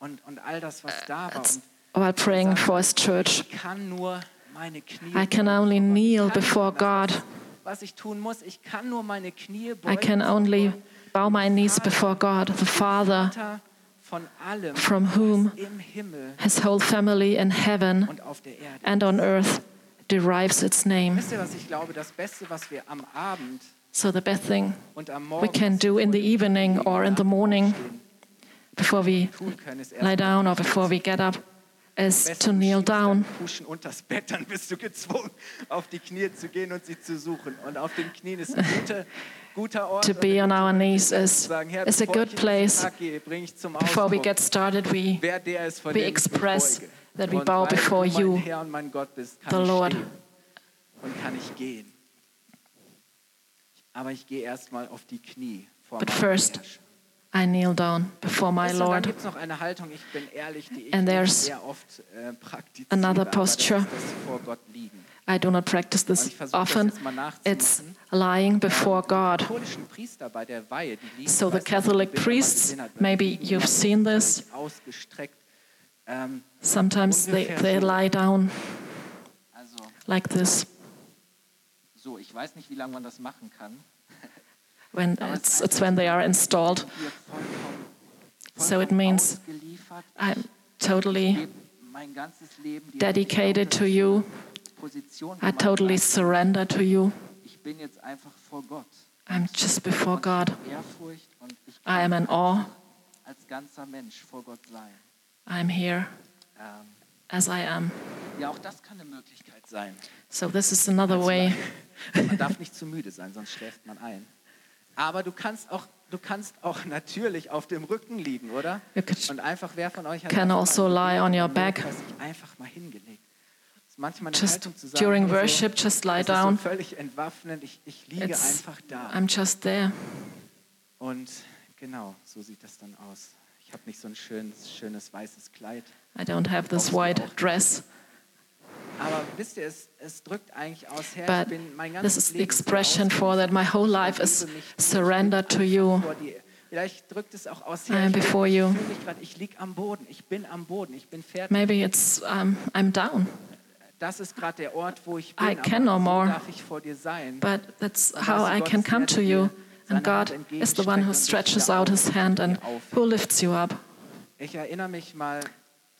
[SPEAKER 2] und, und all das, was da war.
[SPEAKER 3] Uh, it's-
[SPEAKER 2] Und
[SPEAKER 3] while praying for his church,
[SPEAKER 2] ich kann nur meine Knie
[SPEAKER 3] I can
[SPEAKER 2] beugen.
[SPEAKER 3] only kneel
[SPEAKER 2] Ich kann
[SPEAKER 3] before
[SPEAKER 2] nur das,
[SPEAKER 3] God.
[SPEAKER 2] Was ich tun muss, ich kann nur meine Knie beugen.
[SPEAKER 3] I can only bow my knees before God, the Father,
[SPEAKER 2] Vater von allem,
[SPEAKER 3] from whom
[SPEAKER 2] was im Himmel
[SPEAKER 3] his whole family in heaven
[SPEAKER 2] und auf der Erde.
[SPEAKER 3] and on earth derives its name.
[SPEAKER 2] Wisst ihr, was ich glaube? Das Beste, was wir am Abend
[SPEAKER 3] So the best thing
[SPEAKER 2] und am Morgen
[SPEAKER 3] we can do in the evening or in the morning before we
[SPEAKER 2] tun können, ist
[SPEAKER 3] lie
[SPEAKER 2] erst
[SPEAKER 3] down or before we get up is to kneel down.
[SPEAKER 2] Puschen unter das Bett, dann bist du gezwungen, auf die Knie zu gehen und sie zu suchen. Und auf den Knien ist ein guter, guter Ort.
[SPEAKER 3] To
[SPEAKER 2] um
[SPEAKER 3] be on our knees
[SPEAKER 2] zu
[SPEAKER 3] is,
[SPEAKER 2] sagen, Herr,
[SPEAKER 3] is a
[SPEAKER 2] bevor
[SPEAKER 3] good
[SPEAKER 2] ich in den
[SPEAKER 3] place.
[SPEAKER 2] Tag gehe, bring ich zum
[SPEAKER 3] Before we
[SPEAKER 2] Ausdruck,
[SPEAKER 3] get started, we
[SPEAKER 2] wer der ist, vor dem
[SPEAKER 3] we
[SPEAKER 2] ich mich
[SPEAKER 3] express
[SPEAKER 2] beuge.
[SPEAKER 3] that we
[SPEAKER 2] Und
[SPEAKER 3] bow
[SPEAKER 2] weil du
[SPEAKER 3] before
[SPEAKER 2] mein
[SPEAKER 3] you,
[SPEAKER 2] Herr und mein Gott bist, kann
[SPEAKER 3] the
[SPEAKER 2] ich
[SPEAKER 3] Lord.
[SPEAKER 2] stehen Und kann ich gehen. Aber ich gehe erstmal auf die Knie vor
[SPEAKER 3] But
[SPEAKER 2] meinem
[SPEAKER 3] first,
[SPEAKER 2] Herrscher.
[SPEAKER 3] I kneel down before my
[SPEAKER 2] Weißt du, Dann
[SPEAKER 3] Lord.
[SPEAKER 2] gibt es noch eine Haltung, ich bin ehrlich, die ich
[SPEAKER 3] And
[SPEAKER 2] nicht
[SPEAKER 3] there's
[SPEAKER 2] sehr oft äh, praktiziere.
[SPEAKER 3] another
[SPEAKER 2] aber das ist
[SPEAKER 3] posture.
[SPEAKER 2] das vor Gott liegen.
[SPEAKER 3] I do not practice
[SPEAKER 2] Und
[SPEAKER 3] this
[SPEAKER 2] ich versuch das
[SPEAKER 3] often.
[SPEAKER 2] jetzt mal nachzumachen.
[SPEAKER 3] It's lying before
[SPEAKER 2] Die
[SPEAKER 3] God.
[SPEAKER 2] katholischen Priester bei der Weihe, die liegen,
[SPEAKER 3] So
[SPEAKER 2] ich weiß
[SPEAKER 3] the
[SPEAKER 2] nicht, ob du
[SPEAKER 3] Catholic
[SPEAKER 2] die Bilder mal
[SPEAKER 3] priests,
[SPEAKER 2] gesehen hast, weil
[SPEAKER 3] maybe
[SPEAKER 2] die liegen
[SPEAKER 3] you've
[SPEAKER 2] ja
[SPEAKER 3] seen this.
[SPEAKER 2] Ausgestreckt. Ähm,
[SPEAKER 3] Sometimes they, they lie down
[SPEAKER 2] also,
[SPEAKER 3] like this
[SPEAKER 2] so, ich weiß nicht, wie lange man das machen kann.
[SPEAKER 3] when it's, it's when they are installed.
[SPEAKER 2] Hier vollkommen,
[SPEAKER 3] So it
[SPEAKER 2] vollkommen
[SPEAKER 3] means-
[SPEAKER 2] ausgeliefert,
[SPEAKER 3] I'm totally
[SPEAKER 2] gebe mein ganzes Leben dir.
[SPEAKER 3] dedicated to you.
[SPEAKER 2] Position
[SPEAKER 3] I
[SPEAKER 2] von meinem
[SPEAKER 3] totally
[SPEAKER 2] Leib.
[SPEAKER 3] surrender to you.
[SPEAKER 2] Ich bin jetzt einfach vor Gott.
[SPEAKER 3] I'm just before
[SPEAKER 2] Und ich
[SPEAKER 3] God.
[SPEAKER 2] hab Ehrfurcht und ich
[SPEAKER 3] I am in awe.
[SPEAKER 2] als ganzer Mensch vor Gott sein.
[SPEAKER 3] I'm here
[SPEAKER 2] Ähm,
[SPEAKER 3] as I am.
[SPEAKER 2] ja, auch das kann eine Möglichkeit sein.
[SPEAKER 3] So this is another way.
[SPEAKER 2] Man darf nicht zu müde sein, sonst schläft man ein. Aber du kannst auch, du kannst auch natürlich auf dem Rücken liegen, oder?
[SPEAKER 3] You could-
[SPEAKER 2] Und einfach wer von euch hat
[SPEAKER 3] Can
[SPEAKER 2] einfach mal
[SPEAKER 3] also lie on your
[SPEAKER 2] einen Moment
[SPEAKER 3] back.
[SPEAKER 2] bei sich einfach mal hingelegt. Das ist manchmal eine
[SPEAKER 3] Just
[SPEAKER 2] Haltung zu sagen,
[SPEAKER 3] during
[SPEAKER 2] nur
[SPEAKER 3] worship, just lie
[SPEAKER 2] das ist
[SPEAKER 3] down.
[SPEAKER 2] So völlig entwaffnend. Ich, ich liege
[SPEAKER 3] It's,
[SPEAKER 2] einfach da.
[SPEAKER 3] I'm just there.
[SPEAKER 2] Und genau, so sieht das dann aus. Ich habe nicht so ein schönes, schönes weißes Kleid.
[SPEAKER 3] I don't have this white dress,
[SPEAKER 2] Aber wisst ihr, es, es drückt eigentlich aus, Herr,
[SPEAKER 3] but
[SPEAKER 2] ich bin mein ganzes
[SPEAKER 3] this is the
[SPEAKER 2] Leben ist dir
[SPEAKER 3] expression for that
[SPEAKER 2] ausgeliefert.
[SPEAKER 3] my whole life is
[SPEAKER 2] Ich gebe mich dir, ich
[SPEAKER 3] surrendered
[SPEAKER 2] bin
[SPEAKER 3] to you.
[SPEAKER 2] einfach vor dir. Vielleicht drückt es auch aus,
[SPEAKER 3] I
[SPEAKER 2] Herr,
[SPEAKER 3] am
[SPEAKER 2] ich, bin-
[SPEAKER 3] before
[SPEAKER 2] ich
[SPEAKER 3] you.
[SPEAKER 2] fühle mich grad, ich liege am Boden, ich bin am Boden, ich bin fertig.
[SPEAKER 3] Maybe it's um, I'm down,
[SPEAKER 2] Das ist gerade der Ort, wo ich bin,
[SPEAKER 3] I can
[SPEAKER 2] aber
[SPEAKER 3] no
[SPEAKER 2] so
[SPEAKER 3] more.
[SPEAKER 2] darf ich vor dir sein.
[SPEAKER 3] but that's
[SPEAKER 2] Und
[SPEAKER 3] how
[SPEAKER 2] weißt du,
[SPEAKER 3] I
[SPEAKER 2] Gott
[SPEAKER 3] can
[SPEAKER 2] ist
[SPEAKER 3] come
[SPEAKER 2] der,
[SPEAKER 3] to
[SPEAKER 2] der
[SPEAKER 3] you.
[SPEAKER 2] dir
[SPEAKER 3] And
[SPEAKER 2] seine Hand
[SPEAKER 3] God is the
[SPEAKER 2] entgegenstreckt
[SPEAKER 3] one who
[SPEAKER 2] und dich
[SPEAKER 3] stretches
[SPEAKER 2] wieder
[SPEAKER 3] out his
[SPEAKER 2] auf-
[SPEAKER 3] hand and
[SPEAKER 2] dir aufhebt.
[SPEAKER 3] who lifts you up.
[SPEAKER 2] Ich erinnere mich mal,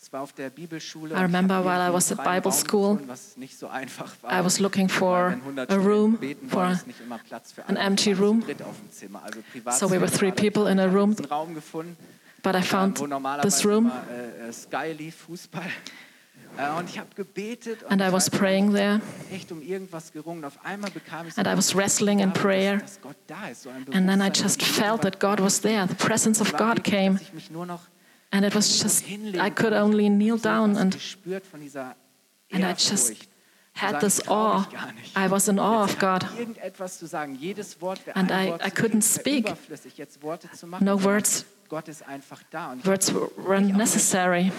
[SPEAKER 2] es war auf der Bibelschule.
[SPEAKER 3] I
[SPEAKER 2] und ich
[SPEAKER 3] remember
[SPEAKER 2] hab
[SPEAKER 3] while I
[SPEAKER 2] irgendwie
[SPEAKER 3] was at
[SPEAKER 2] einen freien
[SPEAKER 3] Bible
[SPEAKER 2] Raum
[SPEAKER 3] school,
[SPEAKER 2] gefunden, was nicht so einfach war.
[SPEAKER 3] I was looking for
[SPEAKER 2] Weil wenn 100
[SPEAKER 3] a
[SPEAKER 2] Studenten
[SPEAKER 3] room,
[SPEAKER 2] beten
[SPEAKER 3] for
[SPEAKER 2] wollen, ist nicht immer Platz für
[SPEAKER 3] an
[SPEAKER 2] alle.
[SPEAKER 3] empty
[SPEAKER 2] Wir waren zu
[SPEAKER 3] room.
[SPEAKER 2] dritt auf dem Zimmer, also
[SPEAKER 3] So we were
[SPEAKER 2] Privatzimmer
[SPEAKER 3] three
[SPEAKER 2] war da. Ich
[SPEAKER 3] people in a
[SPEAKER 2] hab
[SPEAKER 3] room,
[SPEAKER 2] diesen Raum gefunden,
[SPEAKER 3] but I
[SPEAKER 2] ähm,
[SPEAKER 3] found
[SPEAKER 2] wo
[SPEAKER 3] this
[SPEAKER 2] normalerweise
[SPEAKER 3] room
[SPEAKER 2] immer, äh, äh, Sky lief, Fußball. Äh, und ich habe gebetet und
[SPEAKER 3] and I
[SPEAKER 2] ich
[SPEAKER 3] was
[SPEAKER 2] weiß,
[SPEAKER 3] praying there
[SPEAKER 2] echt um irgendwas gerungen. Auf einmal bekam ich so
[SPEAKER 3] and I
[SPEAKER 2] ein
[SPEAKER 3] was wrestling in
[SPEAKER 2] Bewusstsein dafür,
[SPEAKER 3] prayer.
[SPEAKER 2] dass- dass Gott da ist, so ein
[SPEAKER 3] And then I
[SPEAKER 2] Bewusstsein,
[SPEAKER 3] just
[SPEAKER 2] dass ich
[SPEAKER 3] felt that God was there. The presence of
[SPEAKER 2] war
[SPEAKER 3] God
[SPEAKER 2] wirklich,
[SPEAKER 3] came.
[SPEAKER 2] dass ich mich nur noch
[SPEAKER 3] And it was just,
[SPEAKER 2] hinlegen
[SPEAKER 3] I could
[SPEAKER 2] kann.
[SPEAKER 3] only kneel
[SPEAKER 2] Ich hab
[SPEAKER 3] down
[SPEAKER 2] was
[SPEAKER 3] and,
[SPEAKER 2] gespürt von dieser
[SPEAKER 3] and I just
[SPEAKER 2] Ehrfurcht.
[SPEAKER 3] had
[SPEAKER 2] Zu sagen,
[SPEAKER 3] this
[SPEAKER 2] trau
[SPEAKER 3] awe.
[SPEAKER 2] dich gar nicht.
[SPEAKER 3] I was in awe of
[SPEAKER 2] Jetzt hat
[SPEAKER 3] God.
[SPEAKER 2] Irgendetwas zu sagen, jedes Wort wäre
[SPEAKER 3] And
[SPEAKER 2] ein
[SPEAKER 3] I-
[SPEAKER 2] Wort
[SPEAKER 3] I
[SPEAKER 2] zu viel,
[SPEAKER 3] couldn't
[SPEAKER 2] wäre
[SPEAKER 3] speak.
[SPEAKER 2] überflüssig, jetzt Worte zu machen.
[SPEAKER 3] No words.
[SPEAKER 2] Gott ist einfach da. Und ich
[SPEAKER 3] Words
[SPEAKER 2] hab-
[SPEAKER 3] were necessary.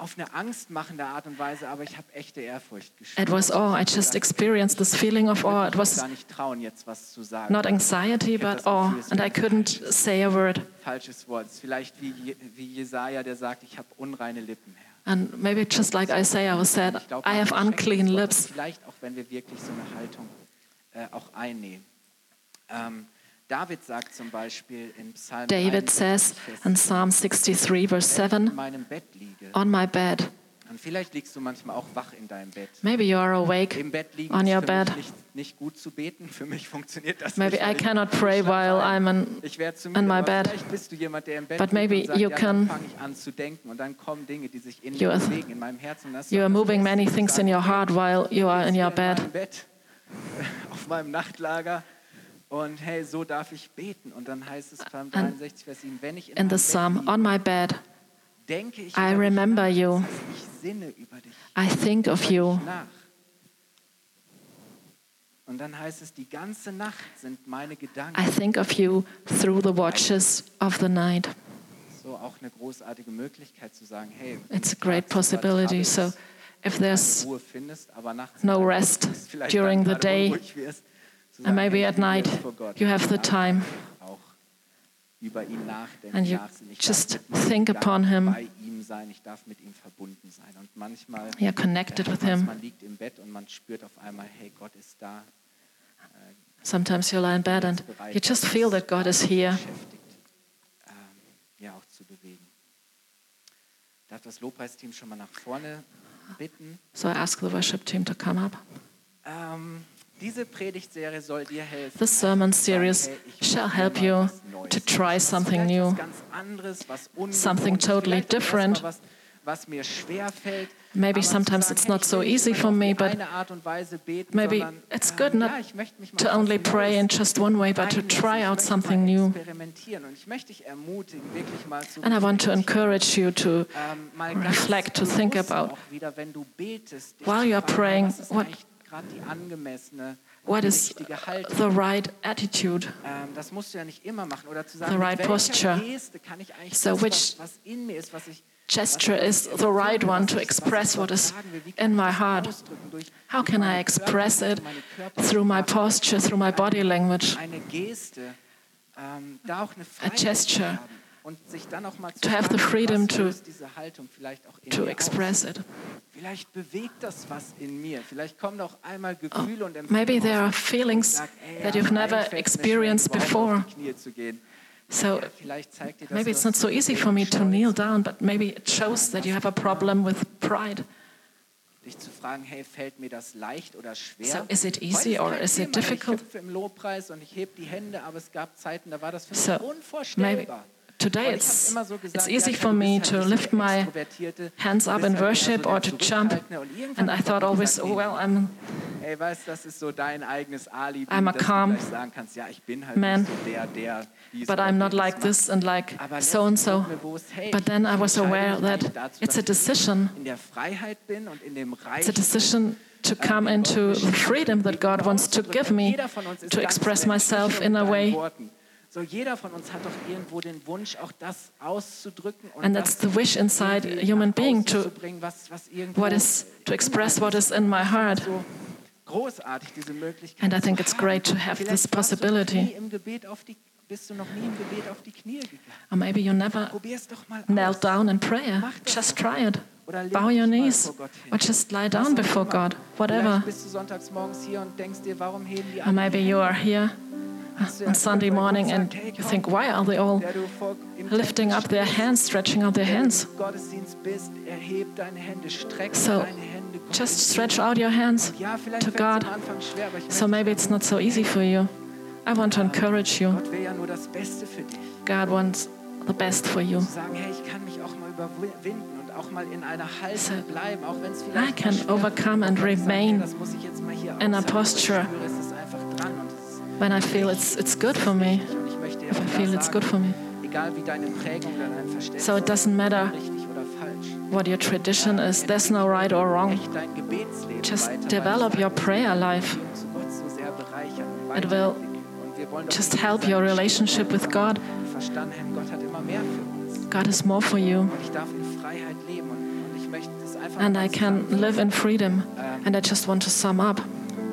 [SPEAKER 2] auf eine angstmachende Art und Weise, aber ich habe echte Ehrfurcht gespürt.
[SPEAKER 3] It was awe. I just experienced this feeling of awe. It
[SPEAKER 2] Ich
[SPEAKER 3] was
[SPEAKER 2] gar nicht trauen, jetzt was zu sagen.
[SPEAKER 3] not anxiety, but awe. And I couldn't say a word.
[SPEAKER 2] Falsches Wort. Es ist Vielleicht wie, Je- wie Jesaja, der sagt, ich habe unreine Lippen, Herr.
[SPEAKER 3] And maybe just like Isaiah was said,
[SPEAKER 2] Ich glaub,
[SPEAKER 3] I have
[SPEAKER 2] manchmal schenkt
[SPEAKER 3] unclean
[SPEAKER 2] uns Gott das
[SPEAKER 3] lips.
[SPEAKER 2] Vielleicht auch, wenn wir wirklich so eine Haltung äh, auch einnehmen. Ähm, David sagt zum Beispiel in Psalm
[SPEAKER 3] David
[SPEAKER 2] 61,
[SPEAKER 3] says
[SPEAKER 2] Vers
[SPEAKER 3] in "Oh." Psalm 63,
[SPEAKER 2] Wenn ich
[SPEAKER 3] verse
[SPEAKER 2] in
[SPEAKER 3] 7,
[SPEAKER 2] meinem Bett liege.
[SPEAKER 3] On my bed.
[SPEAKER 2] Und vielleicht liegst du manchmal auch wach in deinem Bett.
[SPEAKER 3] Maybe you are awake
[SPEAKER 2] Im Bett liegen
[SPEAKER 3] on
[SPEAKER 2] ist
[SPEAKER 3] your
[SPEAKER 2] für
[SPEAKER 3] bed.
[SPEAKER 2] mich nicht, nicht gut zu beten. Für mich funktioniert das
[SPEAKER 3] Maybe
[SPEAKER 2] nicht. weil
[SPEAKER 3] I
[SPEAKER 2] ich-
[SPEAKER 3] cannot pray
[SPEAKER 2] ich schlafe
[SPEAKER 3] while
[SPEAKER 2] ein.
[SPEAKER 3] I'm in-
[SPEAKER 2] ich werd zu
[SPEAKER 3] in
[SPEAKER 2] müde,
[SPEAKER 3] my
[SPEAKER 2] aber
[SPEAKER 3] bed.
[SPEAKER 2] Vielleicht bist du jemand, der im Bett
[SPEAKER 3] But
[SPEAKER 2] liegt und
[SPEAKER 3] maybe
[SPEAKER 2] sagt, ja,
[SPEAKER 3] you
[SPEAKER 2] dann
[SPEAKER 3] can-
[SPEAKER 2] fange ich an zu denken und dann kommen Dinge, die sich in
[SPEAKER 3] You
[SPEAKER 2] mir
[SPEAKER 3] are-
[SPEAKER 2] bewegen, in meinem Herzen. Und das
[SPEAKER 3] You
[SPEAKER 2] soll
[SPEAKER 3] are
[SPEAKER 2] das
[SPEAKER 3] moving
[SPEAKER 2] Beste
[SPEAKER 3] many
[SPEAKER 2] sein.
[SPEAKER 3] things in your heart while you are in
[SPEAKER 2] hier
[SPEAKER 3] your
[SPEAKER 2] meinem
[SPEAKER 3] bed.
[SPEAKER 2] Bett, auf meinem Nachtlager. Und hey, so darf ich beten. Und dann heißt es Psalm 63, Vers 7, wenn ich in,
[SPEAKER 3] In
[SPEAKER 2] meinem
[SPEAKER 3] the
[SPEAKER 2] Bett
[SPEAKER 3] Psalm,
[SPEAKER 2] liege,
[SPEAKER 3] on my bed,
[SPEAKER 2] denke ich
[SPEAKER 3] I
[SPEAKER 2] über dich
[SPEAKER 3] remember
[SPEAKER 2] nach.
[SPEAKER 3] you.
[SPEAKER 2] Das heißt, ich sinne über dich,
[SPEAKER 3] I think of
[SPEAKER 2] über
[SPEAKER 3] you.
[SPEAKER 2] dich nach. Und dann heißt es, die ganze Nacht sind meine Gedanken.
[SPEAKER 3] I think of you through the watches of the night.
[SPEAKER 2] So auch eine großartige Möglichkeit zu sagen, hey, wenn
[SPEAKER 3] It's a
[SPEAKER 2] du
[SPEAKER 3] great
[SPEAKER 2] tagsüber
[SPEAKER 3] possibility.
[SPEAKER 2] trabbelst,
[SPEAKER 3] So if
[SPEAKER 2] keine
[SPEAKER 3] there's
[SPEAKER 2] Ruhe findest, aber nachts
[SPEAKER 3] no
[SPEAKER 2] einfach
[SPEAKER 3] rest
[SPEAKER 2] bist, vielleicht
[SPEAKER 3] during
[SPEAKER 2] dann
[SPEAKER 3] the
[SPEAKER 2] gerade
[SPEAKER 3] day,
[SPEAKER 2] unruhig wirst, zu
[SPEAKER 3] and
[SPEAKER 2] sagen,
[SPEAKER 3] maybe
[SPEAKER 2] hey,
[SPEAKER 3] at
[SPEAKER 2] ich liege
[SPEAKER 3] night
[SPEAKER 2] jetzt vor Gott.
[SPEAKER 3] you have the time
[SPEAKER 2] auch über ihn nachdenken,
[SPEAKER 3] And you
[SPEAKER 2] nachsinnen. Ich
[SPEAKER 3] just
[SPEAKER 2] darf mit ihm
[SPEAKER 3] think
[SPEAKER 2] ich darf
[SPEAKER 3] upon him.
[SPEAKER 2] bei ihm sein, ich darf mit ihm verbunden sein. Und manchmal,
[SPEAKER 3] You're connected
[SPEAKER 2] ja,
[SPEAKER 3] with him.
[SPEAKER 2] man liegt im Bett und man spürt auf einmal, hey, Gott ist da,
[SPEAKER 3] sometimes you lie in bed and
[SPEAKER 2] bereit,
[SPEAKER 3] you just feel that God is here.
[SPEAKER 2] beschäftigt, ähm, ja auch zu bewegen. Darf das Lobpreisteam schon mal nach vorne bitten?
[SPEAKER 3] So I ask the worship team to come up.
[SPEAKER 2] Ähm, diese Predigtserie soll dir helfen.
[SPEAKER 3] This sermon series
[SPEAKER 2] Sagen, hey, ich
[SPEAKER 3] shall
[SPEAKER 2] probier
[SPEAKER 3] help
[SPEAKER 2] mal
[SPEAKER 3] you
[SPEAKER 2] was Neues.
[SPEAKER 3] to try something
[SPEAKER 2] Vielleicht was
[SPEAKER 3] new.
[SPEAKER 2] ganz anderes, was ungewohntes,
[SPEAKER 3] Something totally
[SPEAKER 2] vielleicht auch
[SPEAKER 3] different.
[SPEAKER 2] erstmal Was, was mir schwerfällt.
[SPEAKER 3] Maybe
[SPEAKER 2] aber zu
[SPEAKER 3] sometimes
[SPEAKER 2] sagen,
[SPEAKER 3] it's
[SPEAKER 2] hey,
[SPEAKER 3] not
[SPEAKER 2] ich
[SPEAKER 3] so
[SPEAKER 2] will nicht
[SPEAKER 3] easy
[SPEAKER 2] mal
[SPEAKER 3] for
[SPEAKER 2] auf
[SPEAKER 3] me,
[SPEAKER 2] die
[SPEAKER 3] but
[SPEAKER 2] eine Art und Weise beten,
[SPEAKER 3] maybe
[SPEAKER 2] sondern,
[SPEAKER 3] it's
[SPEAKER 2] ähm,
[SPEAKER 3] good not
[SPEAKER 2] ja, ich möchte mich mal
[SPEAKER 3] to
[SPEAKER 2] auf
[SPEAKER 3] only
[SPEAKER 2] was
[SPEAKER 3] pray
[SPEAKER 2] Neues
[SPEAKER 3] in just one way, but to
[SPEAKER 2] einlassen.
[SPEAKER 3] try
[SPEAKER 2] Ich
[SPEAKER 3] out
[SPEAKER 2] möchte
[SPEAKER 3] something
[SPEAKER 2] mal
[SPEAKER 3] new.
[SPEAKER 2] Experimentieren. Und ich möchte dich ermutigen, wirklich mal zu
[SPEAKER 3] And I want to
[SPEAKER 2] reflektieren.
[SPEAKER 3] encourage you to
[SPEAKER 2] Ähm, mal ganz
[SPEAKER 3] reflect, to think
[SPEAKER 2] bewusst
[SPEAKER 3] about.
[SPEAKER 2] auch Wieder, wenn du betest, dich
[SPEAKER 3] While
[SPEAKER 2] zu
[SPEAKER 3] you are
[SPEAKER 2] fragen,
[SPEAKER 3] praying,
[SPEAKER 2] was ist
[SPEAKER 3] what-
[SPEAKER 2] eigentlich gerade die angemessene,
[SPEAKER 3] what
[SPEAKER 2] die
[SPEAKER 3] is
[SPEAKER 2] richtige Haltung?
[SPEAKER 3] the right attitude.
[SPEAKER 2] Ähm, das musst du ja nicht immer machen oder zu sagen,
[SPEAKER 3] The
[SPEAKER 2] mit
[SPEAKER 3] right
[SPEAKER 2] welcher
[SPEAKER 3] posture.
[SPEAKER 2] Geste kann ich eigentlich
[SPEAKER 3] So
[SPEAKER 2] das,
[SPEAKER 3] which
[SPEAKER 2] was, was in mir ist, was ich
[SPEAKER 3] gesture
[SPEAKER 2] was ich
[SPEAKER 3] is the
[SPEAKER 2] empfinde,
[SPEAKER 3] right
[SPEAKER 2] was
[SPEAKER 3] one
[SPEAKER 2] ich-
[SPEAKER 3] to
[SPEAKER 2] was ich
[SPEAKER 3] express
[SPEAKER 2] Gott
[SPEAKER 3] what is
[SPEAKER 2] sagen will? Wie
[SPEAKER 3] in
[SPEAKER 2] kann ich
[SPEAKER 3] my
[SPEAKER 2] das
[SPEAKER 3] heart?
[SPEAKER 2] ausdrücken? Durch-
[SPEAKER 3] How
[SPEAKER 2] durch
[SPEAKER 3] can
[SPEAKER 2] meine
[SPEAKER 3] I express
[SPEAKER 2] Körpersprache,
[SPEAKER 3] it
[SPEAKER 2] meine
[SPEAKER 3] through my
[SPEAKER 2] Körpersprache?
[SPEAKER 3] posture, through my body language?
[SPEAKER 2] Eine Geste, ähm, da auch eine Freiheit
[SPEAKER 3] gesture.
[SPEAKER 2] zu haben und sich dann auch mal zu
[SPEAKER 3] To have the
[SPEAKER 2] fragen,
[SPEAKER 3] freedom
[SPEAKER 2] was
[SPEAKER 3] to-
[SPEAKER 2] löst diese Haltung vielleicht auch in
[SPEAKER 3] To
[SPEAKER 2] mir aus?
[SPEAKER 3] express it.
[SPEAKER 2] Vielleicht bewegt das was in mir. Vielleicht kommen auch einmal Gefühle und Empfindungen.
[SPEAKER 3] Oh, Maybe there
[SPEAKER 2] hoch.
[SPEAKER 3] are feelings
[SPEAKER 2] Sag, ey,
[SPEAKER 3] that
[SPEAKER 2] ja,
[SPEAKER 3] you've never
[SPEAKER 2] eigentlich fällt's mir
[SPEAKER 3] experienced
[SPEAKER 2] schwer, überhaupt
[SPEAKER 3] before.
[SPEAKER 2] auf die Knie zu gehen.
[SPEAKER 3] So
[SPEAKER 2] Vielleicht zeigt dir das,
[SPEAKER 3] maybe
[SPEAKER 2] du
[SPEAKER 3] it's
[SPEAKER 2] hast
[SPEAKER 3] not so
[SPEAKER 2] ein
[SPEAKER 3] easy
[SPEAKER 2] Problem
[SPEAKER 3] for me
[SPEAKER 2] mit
[SPEAKER 3] to
[SPEAKER 2] Stolz,
[SPEAKER 3] kneel down, but maybe it shows that you have a problem with pride.
[SPEAKER 2] Dich zu fragen, hey, fällt mir das leicht oder schwer?
[SPEAKER 3] So, is it
[SPEAKER 2] Heute
[SPEAKER 3] easy
[SPEAKER 2] ist
[SPEAKER 3] or
[SPEAKER 2] kein
[SPEAKER 3] is
[SPEAKER 2] Thema.
[SPEAKER 3] it difficult?
[SPEAKER 2] Ich hüpfe im Lobpreis und ich hebe die Hände, aber es gab Zeiten, da war das für mich
[SPEAKER 3] So maybe
[SPEAKER 2] unvorstellbar.
[SPEAKER 3] today
[SPEAKER 2] Und ich
[SPEAKER 3] it's
[SPEAKER 2] hab immer so gesagt,
[SPEAKER 3] it's
[SPEAKER 2] ja,
[SPEAKER 3] easy
[SPEAKER 2] du
[SPEAKER 3] for
[SPEAKER 2] bist
[SPEAKER 3] me
[SPEAKER 2] halt
[SPEAKER 3] to
[SPEAKER 2] nicht
[SPEAKER 3] lift
[SPEAKER 2] der
[SPEAKER 3] my
[SPEAKER 2] Extrovertierte,
[SPEAKER 3] hands
[SPEAKER 2] du
[SPEAKER 3] up
[SPEAKER 2] bist
[SPEAKER 3] in
[SPEAKER 2] halt eher so
[SPEAKER 3] worship
[SPEAKER 2] der
[SPEAKER 3] or to jump,
[SPEAKER 2] Zurückhaltende. Und irgendwann
[SPEAKER 3] and I
[SPEAKER 2] hab ich
[SPEAKER 3] thought
[SPEAKER 2] mir
[SPEAKER 3] always,
[SPEAKER 2] gesagt,
[SPEAKER 3] oh
[SPEAKER 2] nee,
[SPEAKER 3] well, I'm
[SPEAKER 2] Ey, weißt, das ist so dein eigenes Alibi,
[SPEAKER 3] I'm a
[SPEAKER 2] dass
[SPEAKER 3] calm
[SPEAKER 2] du gleich sagen kannst, ja, ich bin halt
[SPEAKER 3] man,
[SPEAKER 2] nicht so der, der dies
[SPEAKER 3] but
[SPEAKER 2] oder
[SPEAKER 3] I'm not
[SPEAKER 2] jenes
[SPEAKER 3] like
[SPEAKER 2] macht.
[SPEAKER 3] this and like
[SPEAKER 2] Aber
[SPEAKER 3] so and so.
[SPEAKER 2] letztens wurde mir bewusst, hey,
[SPEAKER 3] But then I was
[SPEAKER 2] ich entscheide mich
[SPEAKER 3] aware that
[SPEAKER 2] eigentlich dazu,
[SPEAKER 3] it's
[SPEAKER 2] dass
[SPEAKER 3] a
[SPEAKER 2] ich
[SPEAKER 3] decision.
[SPEAKER 2] In der Freiheit bin und in dem Reich.
[SPEAKER 3] It's a decision to come into the freedom that God wants to give me, to express myself in a way.
[SPEAKER 2] So jeder von uns hat doch irgendwo den Wunsch, auch das auszudrücken und
[SPEAKER 3] And that's
[SPEAKER 2] das
[SPEAKER 3] the wish inside a
[SPEAKER 2] irgendwie
[SPEAKER 3] human
[SPEAKER 2] nach
[SPEAKER 3] being
[SPEAKER 2] außen
[SPEAKER 3] to
[SPEAKER 2] zu bringen, was, was irgendwo
[SPEAKER 3] what is to express
[SPEAKER 2] inhaltlich
[SPEAKER 3] what is in my heart.
[SPEAKER 2] so großartig, diese Möglichkeit
[SPEAKER 3] And I think
[SPEAKER 2] zu
[SPEAKER 3] it's
[SPEAKER 2] haben.
[SPEAKER 3] great to have
[SPEAKER 2] Vielleicht
[SPEAKER 3] this
[SPEAKER 2] warst du noch
[SPEAKER 3] possibility.
[SPEAKER 2] nie im Gebet auf die, bist du noch nie im Gebet auf die Knie gegangen.
[SPEAKER 3] Or maybe you never
[SPEAKER 2] Probier's doch mal
[SPEAKER 3] kneel
[SPEAKER 2] aus.
[SPEAKER 3] down in prayer.
[SPEAKER 2] Mach das
[SPEAKER 3] Just
[SPEAKER 2] doch mal.
[SPEAKER 3] try it.
[SPEAKER 2] Oder leg
[SPEAKER 3] Bow your
[SPEAKER 2] dich mal
[SPEAKER 3] knees
[SPEAKER 2] vor Gott hin.
[SPEAKER 3] or just lie
[SPEAKER 2] Was
[SPEAKER 3] down
[SPEAKER 2] auch
[SPEAKER 3] before
[SPEAKER 2] immer.
[SPEAKER 3] God, whatever.
[SPEAKER 2] Vielleicht bist du sonntags morgens hier und denkst dir, warum heben die
[SPEAKER 3] Or
[SPEAKER 2] anderen
[SPEAKER 3] maybe
[SPEAKER 2] die
[SPEAKER 3] you
[SPEAKER 2] Hände?
[SPEAKER 3] are here
[SPEAKER 2] Hast du ja
[SPEAKER 3] on Sunday
[SPEAKER 2] gehört, weil
[SPEAKER 3] morning
[SPEAKER 2] Gott
[SPEAKER 3] and
[SPEAKER 2] sagt, hey,
[SPEAKER 3] you
[SPEAKER 2] komm,
[SPEAKER 3] think, why are they all
[SPEAKER 2] der du vor- im
[SPEAKER 3] lifting
[SPEAKER 2] Tempel
[SPEAKER 3] up their
[SPEAKER 2] stehst,
[SPEAKER 3] hands, stretching out their
[SPEAKER 2] der du
[SPEAKER 3] hands?
[SPEAKER 2] im Gottesdienst bist, erheb deine Hände, strecke
[SPEAKER 3] So
[SPEAKER 2] deine Hände. Gott
[SPEAKER 3] just
[SPEAKER 2] entgegen.
[SPEAKER 3] stretch out your hands
[SPEAKER 2] ja, vielleicht
[SPEAKER 3] to
[SPEAKER 2] fällt's
[SPEAKER 3] God.
[SPEAKER 2] am Anfang schwer, aber ich
[SPEAKER 3] So
[SPEAKER 2] möchte-
[SPEAKER 3] maybe it's not so easy for you. I want to encourage you.
[SPEAKER 2] Gott will ja nur das Beste für dich.
[SPEAKER 3] God wants the best for you.
[SPEAKER 2] Zu sagen, hey, ich kann mich auch mal überwinden und auch mal in einer Haltung
[SPEAKER 3] So,
[SPEAKER 2] bleiben, auch wenn es vielleicht mal
[SPEAKER 3] can
[SPEAKER 2] schwerfällt.
[SPEAKER 3] overcome and
[SPEAKER 2] Auch wenn ich sage,
[SPEAKER 3] remain
[SPEAKER 2] hey, das muss ich jetzt mal hier
[SPEAKER 3] in a
[SPEAKER 2] aushalten, aber ich
[SPEAKER 3] posture
[SPEAKER 2] spüre, es ist einfach dran und es ist
[SPEAKER 3] When I feel it's, it's good for me,
[SPEAKER 2] richtig. Und ich möchte dir
[SPEAKER 3] if I
[SPEAKER 2] auch da
[SPEAKER 3] feel it's
[SPEAKER 2] sagen,
[SPEAKER 3] good for me.
[SPEAKER 2] Egal wie deine Prägung oder dein Verständnis
[SPEAKER 3] So it doesn't
[SPEAKER 2] ist,
[SPEAKER 3] matter
[SPEAKER 2] richtig oder falsch.
[SPEAKER 3] what your tradition is, there's no right or wrong.
[SPEAKER 2] Echt dein Gebetsleben
[SPEAKER 3] Just
[SPEAKER 2] weiter, weil
[SPEAKER 3] develop
[SPEAKER 2] ich
[SPEAKER 3] your
[SPEAKER 2] sage,
[SPEAKER 3] prayer life.
[SPEAKER 2] Beziehung zu Gott so sehr bereichern und
[SPEAKER 3] It will
[SPEAKER 2] weiterentwickeln und
[SPEAKER 3] Just help your relationship with God.
[SPEAKER 2] Verstanden, hey, Gott hat immer mehr für uns.
[SPEAKER 3] God has more for you,
[SPEAKER 2] Und ich darf in Freiheit leben und, und ich möchte das einfach
[SPEAKER 3] and
[SPEAKER 2] mal
[SPEAKER 3] I can
[SPEAKER 2] zusammen-
[SPEAKER 3] live in freedom. And I just want to sum up.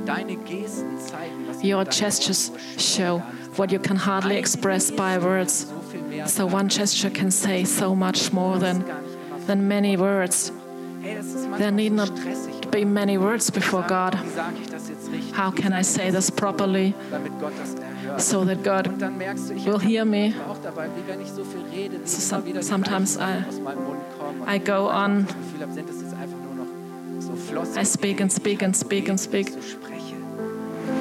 [SPEAKER 2] Deine Gesten zeigen, was
[SPEAKER 3] Your
[SPEAKER 2] mit deinen
[SPEAKER 3] gestures
[SPEAKER 2] Worten ursprünglich
[SPEAKER 3] show
[SPEAKER 2] gar nicht
[SPEAKER 3] what you can hardly
[SPEAKER 2] Einige
[SPEAKER 3] express
[SPEAKER 2] Gesten
[SPEAKER 3] by
[SPEAKER 2] sagen
[SPEAKER 3] words.
[SPEAKER 2] So viel mehr
[SPEAKER 3] So
[SPEAKER 2] sagen.
[SPEAKER 3] one gesture can say so much more
[SPEAKER 2] Das
[SPEAKER 3] than,
[SPEAKER 2] ist gar nicht immer
[SPEAKER 3] than many words.
[SPEAKER 2] Hey, das ist
[SPEAKER 3] There
[SPEAKER 2] manchmal
[SPEAKER 3] need
[SPEAKER 2] so
[SPEAKER 3] not
[SPEAKER 2] stressig, oder?
[SPEAKER 3] be many words before
[SPEAKER 2] Sag,
[SPEAKER 3] God.
[SPEAKER 2] Wie sage ich das jetzt richtig?
[SPEAKER 3] How can I say this properly
[SPEAKER 2] Damit Gott das erhört.
[SPEAKER 3] so that
[SPEAKER 2] Und
[SPEAKER 3] God?
[SPEAKER 2] dann merkst du, ich
[SPEAKER 3] will
[SPEAKER 2] ertappe
[SPEAKER 3] hear me.
[SPEAKER 2] mich auch dabei, wie wenn ich so viel rede, wie
[SPEAKER 3] So
[SPEAKER 2] immer
[SPEAKER 3] some-
[SPEAKER 2] wieder die
[SPEAKER 3] sometimes
[SPEAKER 2] gleichen Sachen
[SPEAKER 3] I-
[SPEAKER 2] aus meinem Mund kommen und
[SPEAKER 3] I go
[SPEAKER 2] einfach
[SPEAKER 3] on.
[SPEAKER 2] das Gefühl habe, sind das jetzt einfach nur noch so Flossen,
[SPEAKER 3] I speak and
[SPEAKER 2] die ich
[SPEAKER 3] speak and
[SPEAKER 2] so
[SPEAKER 3] speak and
[SPEAKER 2] rede, die ich
[SPEAKER 3] speak.
[SPEAKER 2] so spreche.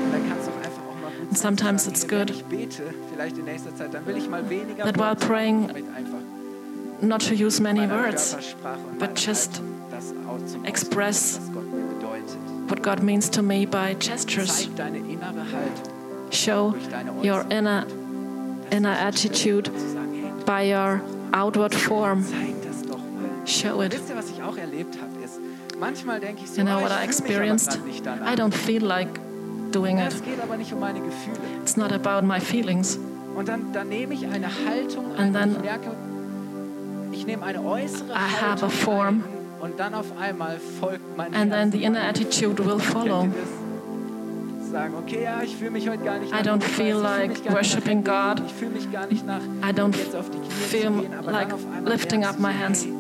[SPEAKER 2] Und dann kannst du auch einfach auch mal gut
[SPEAKER 3] And sometimes
[SPEAKER 2] sagen,
[SPEAKER 3] it's
[SPEAKER 2] hey,
[SPEAKER 3] good.
[SPEAKER 2] Wenn ich bete, vielleicht in nächster Zeit, dann will ich mal weniger
[SPEAKER 3] That while
[SPEAKER 2] Worte,
[SPEAKER 3] praying
[SPEAKER 2] damit einfach
[SPEAKER 3] Not to use many
[SPEAKER 2] meiner
[SPEAKER 3] words,
[SPEAKER 2] Körpersprache und
[SPEAKER 3] but
[SPEAKER 2] meiner
[SPEAKER 3] just
[SPEAKER 2] Haltung das au- zum
[SPEAKER 3] express
[SPEAKER 2] Ausdruck bringen, was Gott mir bedeutet.
[SPEAKER 3] what God means to me by gestures.
[SPEAKER 2] Zeig deine innere Haltung,
[SPEAKER 3] Show your inner inner attitude
[SPEAKER 2] zu sagen, hey,
[SPEAKER 3] by your outward form.
[SPEAKER 2] zeig das doch mal.
[SPEAKER 3] Show it.
[SPEAKER 2] Wisst ihr, was ich auch erlebt habe, ist, manchmal denke ich so,
[SPEAKER 3] You know
[SPEAKER 2] ah,
[SPEAKER 3] what I
[SPEAKER 2] ich fühle mich aber
[SPEAKER 3] experienced?
[SPEAKER 2] grad nicht danach.
[SPEAKER 3] I don't feel like doing
[SPEAKER 2] Ja,
[SPEAKER 3] it.
[SPEAKER 2] es geht aber nicht um meine Gefühle.
[SPEAKER 3] It's not about my feelings.
[SPEAKER 2] Und dann, dann nehme ich eine Haltung
[SPEAKER 3] And
[SPEAKER 2] ein, und
[SPEAKER 3] then
[SPEAKER 2] ich merke, ich nehme eine äußere
[SPEAKER 3] I
[SPEAKER 2] Haltung
[SPEAKER 3] have a form.
[SPEAKER 2] ein, und dann auf einmal folgt mein
[SPEAKER 3] And then
[SPEAKER 2] Herz
[SPEAKER 3] the inner
[SPEAKER 2] meinem
[SPEAKER 3] attitude will follow.
[SPEAKER 2] Kennt ihr das? Zu Sagen, okay, ja, ich fühle mich heute gar nicht
[SPEAKER 3] I
[SPEAKER 2] nach
[SPEAKER 3] don't
[SPEAKER 2] Lobpreis,
[SPEAKER 3] feel
[SPEAKER 2] ich fühle
[SPEAKER 3] like
[SPEAKER 2] mich gar nicht nach
[SPEAKER 3] worshiping
[SPEAKER 2] Anbeten,
[SPEAKER 3] God.
[SPEAKER 2] Ich fühle mich gar nicht nach
[SPEAKER 3] I don't
[SPEAKER 2] jetzt auf die Knie zu
[SPEAKER 3] feel
[SPEAKER 2] gehen, aber dann
[SPEAKER 3] like
[SPEAKER 2] auf einmal
[SPEAKER 3] lifting
[SPEAKER 2] merkst
[SPEAKER 3] up my
[SPEAKER 2] du,
[SPEAKER 3] hands.
[SPEAKER 2] hey,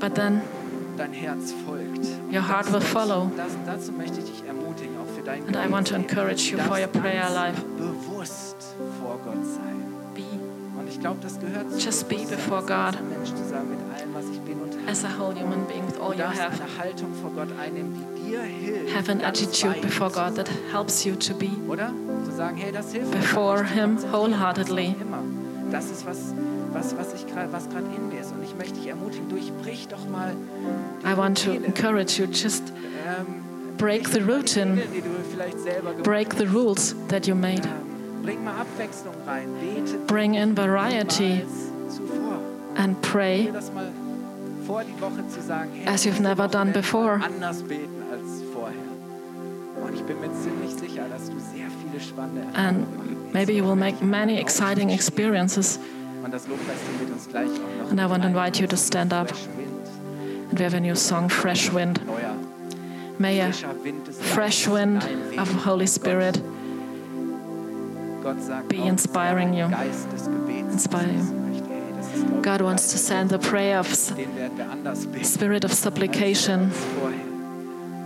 [SPEAKER 3] But then
[SPEAKER 2] Dein Herz folgt. Und
[SPEAKER 3] Your heart
[SPEAKER 2] das-
[SPEAKER 3] will follow.
[SPEAKER 2] Das, dazu möchte ich dich ermutigen, auch für dein
[SPEAKER 3] And I want to
[SPEAKER 2] Gebetsleben.
[SPEAKER 3] encourage you
[SPEAKER 2] Du
[SPEAKER 3] for your
[SPEAKER 2] darfst
[SPEAKER 3] prayer
[SPEAKER 2] ganz
[SPEAKER 3] life.
[SPEAKER 2] Bewusst vor Gott sein.
[SPEAKER 3] be
[SPEAKER 2] Und ich glaube, das gehört zu
[SPEAKER 3] Just be
[SPEAKER 2] Bewusstsein,
[SPEAKER 3] before
[SPEAKER 2] als
[SPEAKER 3] God.
[SPEAKER 2] Mensch zu sein mit allem, was ich bin und habe.
[SPEAKER 3] as a whole human being with all
[SPEAKER 2] Du
[SPEAKER 3] you
[SPEAKER 2] darfst
[SPEAKER 3] have.
[SPEAKER 2] eine Haltung vor Gott einnehmen, die dir hilft.
[SPEAKER 3] Have an
[SPEAKER 2] ganz
[SPEAKER 3] attitude
[SPEAKER 2] weit
[SPEAKER 3] before
[SPEAKER 2] zu
[SPEAKER 3] God that helps you to be
[SPEAKER 2] oder? Zu sagen, hey, das hilft mir.
[SPEAKER 3] before
[SPEAKER 2] Ich
[SPEAKER 3] Him
[SPEAKER 2] konzentriere mich
[SPEAKER 3] wholeheartedly.
[SPEAKER 2] Immer. Das ist was, was, was ich gerade, was gerade in mir ist. Und ich möchte dich ermutigen, durchbrich doch mal. die
[SPEAKER 3] I want to
[SPEAKER 2] Routine.
[SPEAKER 3] encourage you just
[SPEAKER 2] Ähm,
[SPEAKER 3] break
[SPEAKER 2] brich
[SPEAKER 3] the
[SPEAKER 2] doch mal die
[SPEAKER 3] routine.
[SPEAKER 2] Regeln, die du vielleicht selber gemacht
[SPEAKER 3] break the rules that you made.
[SPEAKER 2] Ähm, Bring mal Abwechslung rein. Bete
[SPEAKER 3] Bring in variety
[SPEAKER 2] niemals zuvor.
[SPEAKER 3] and
[SPEAKER 2] Probier
[SPEAKER 3] pray
[SPEAKER 2] das mal vor die Woche zu sagen, hey,
[SPEAKER 3] As you've
[SPEAKER 2] diese
[SPEAKER 3] never
[SPEAKER 2] Woche
[SPEAKER 3] done
[SPEAKER 2] werde ich
[SPEAKER 3] before.
[SPEAKER 2] mal anders beten als vorher. Und ich bin mir ziemlich sicher, dass du sehr viele spannende Erfahrungen
[SPEAKER 3] and
[SPEAKER 2] machst.
[SPEAKER 3] maybe you will make many exciting experiences.
[SPEAKER 2] Und das Lobpreisteam wird uns gleich auch noch
[SPEAKER 3] And I want to
[SPEAKER 2] ein
[SPEAKER 3] invite you to stand up.
[SPEAKER 2] Fresh Wind,
[SPEAKER 3] And we have a new song, Fresh Wind.
[SPEAKER 2] neuer,
[SPEAKER 3] May a
[SPEAKER 2] frischer Wind des
[SPEAKER 3] fresh
[SPEAKER 2] Geistes
[SPEAKER 3] wind
[SPEAKER 2] dein Weg.
[SPEAKER 3] of the Holy Spirit
[SPEAKER 2] Gott, Gott sagt
[SPEAKER 3] be
[SPEAKER 2] auch, dass er
[SPEAKER 3] inspiring you.
[SPEAKER 2] den Geist des Gebets
[SPEAKER 3] Inspire you.
[SPEAKER 2] setzen möchte. Hey, das ist, glaub ich,
[SPEAKER 3] God wants to
[SPEAKER 2] gleich.
[SPEAKER 3] send the prayer of s-
[SPEAKER 2] Den werden wir anders beten.
[SPEAKER 3] spirit of supplication.
[SPEAKER 2] als vorher.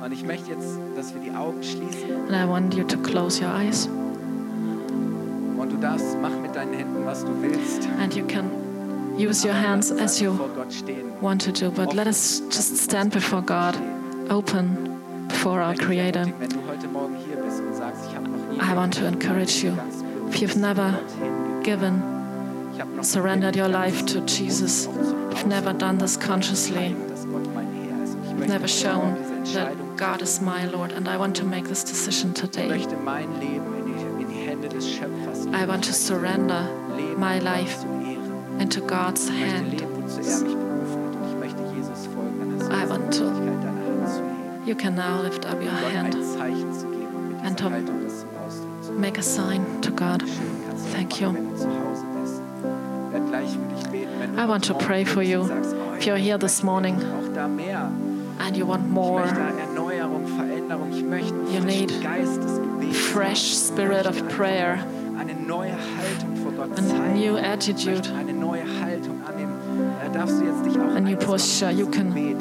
[SPEAKER 2] Und ich möchte jetzt, dass wir die Augen schließen
[SPEAKER 3] And I want you to close your eyes.
[SPEAKER 2] und du darfst, mach mit deinen Händen, was du willst.
[SPEAKER 3] And you can use your
[SPEAKER 2] Aber
[SPEAKER 3] hands
[SPEAKER 2] lass
[SPEAKER 3] as
[SPEAKER 2] einfach
[SPEAKER 3] you
[SPEAKER 2] vor Gott stehen.
[SPEAKER 3] want to do. But let us just stand before God, open before our
[SPEAKER 2] Ich möchte dich
[SPEAKER 3] Creator.
[SPEAKER 2] ermutigen, Wenn du heute Morgen hier bist und sagst, ich habe noch nie
[SPEAKER 3] I want to encourage you. If you've never given,
[SPEAKER 2] Ich hab noch nie
[SPEAKER 3] surrendered your
[SPEAKER 2] ganz
[SPEAKER 3] life to
[SPEAKER 2] bewusst
[SPEAKER 3] Jesus,
[SPEAKER 2] auch zum
[SPEAKER 3] you've never
[SPEAKER 2] Ausdruck
[SPEAKER 3] done this consciously,
[SPEAKER 2] zeigen, dass Gott mein Herr ist. Und ich möchte
[SPEAKER 3] never
[SPEAKER 2] heute
[SPEAKER 3] shown
[SPEAKER 2] Morgen diese
[SPEAKER 3] that
[SPEAKER 2] Entscheidung
[SPEAKER 3] God is my Lord. And I want to make this decision
[SPEAKER 2] Ich
[SPEAKER 3] today.
[SPEAKER 2] möchte mein Leben in die, in die Hände des Schöpfers legen.
[SPEAKER 3] I want
[SPEAKER 2] Ich
[SPEAKER 3] to
[SPEAKER 2] möchte
[SPEAKER 3] surrender
[SPEAKER 2] Leben
[SPEAKER 3] my
[SPEAKER 2] Gott
[SPEAKER 3] life
[SPEAKER 2] zu ehren.
[SPEAKER 3] into
[SPEAKER 2] Ich
[SPEAKER 3] God's
[SPEAKER 2] möchte
[SPEAKER 3] hand.
[SPEAKER 2] leben, wozu er mich berufen hat. Und ich möchte Jesus folgen. Dann hast du
[SPEAKER 3] I
[SPEAKER 2] jetzt
[SPEAKER 3] want
[SPEAKER 2] die
[SPEAKER 3] to-
[SPEAKER 2] Möglichkeit, deine Hand zu heben.
[SPEAKER 3] You can now lift up your
[SPEAKER 2] Gott ein
[SPEAKER 3] hand,
[SPEAKER 2] Zeichen zu geben und mit
[SPEAKER 3] And
[SPEAKER 2] dieser
[SPEAKER 3] to-
[SPEAKER 2] Haltung das zum Ausdruck um zu bringen.
[SPEAKER 3] make a sign to God.
[SPEAKER 2] Schön kannst du
[SPEAKER 3] Thank
[SPEAKER 2] das
[SPEAKER 3] you.
[SPEAKER 2] machen, wenn du zu Hause bist. Ich werde gleich für dich beten, wenn du
[SPEAKER 3] I want to
[SPEAKER 2] heute
[SPEAKER 3] pray
[SPEAKER 2] Morgen
[SPEAKER 3] for
[SPEAKER 2] bist und
[SPEAKER 3] you.
[SPEAKER 2] sagst, oh,
[SPEAKER 3] If you're
[SPEAKER 2] ich
[SPEAKER 3] here this
[SPEAKER 2] möchte
[SPEAKER 3] morning
[SPEAKER 2] Auch da mehr.
[SPEAKER 3] and you want
[SPEAKER 2] Ich
[SPEAKER 3] more,
[SPEAKER 2] möchte da Erneuerung, Veränderung. Ich möchte einen
[SPEAKER 3] You
[SPEAKER 2] frischen
[SPEAKER 3] need
[SPEAKER 2] Geist des Gebets.
[SPEAKER 3] fresh
[SPEAKER 2] haben.
[SPEAKER 3] spirit
[SPEAKER 2] Ich
[SPEAKER 3] of
[SPEAKER 2] möchte
[SPEAKER 3] prayer.
[SPEAKER 2] einfach Eine neue Haltung vor Gott
[SPEAKER 3] a
[SPEAKER 2] zeigen.
[SPEAKER 3] new
[SPEAKER 2] Ich
[SPEAKER 3] attitude.
[SPEAKER 2] möchte eine neue Haltung annehmen. Da darfst du jetzt dich auch
[SPEAKER 3] A new
[SPEAKER 2] einsetzen für
[SPEAKER 3] posture. You
[SPEAKER 2] dieses
[SPEAKER 3] can
[SPEAKER 2] Gebet.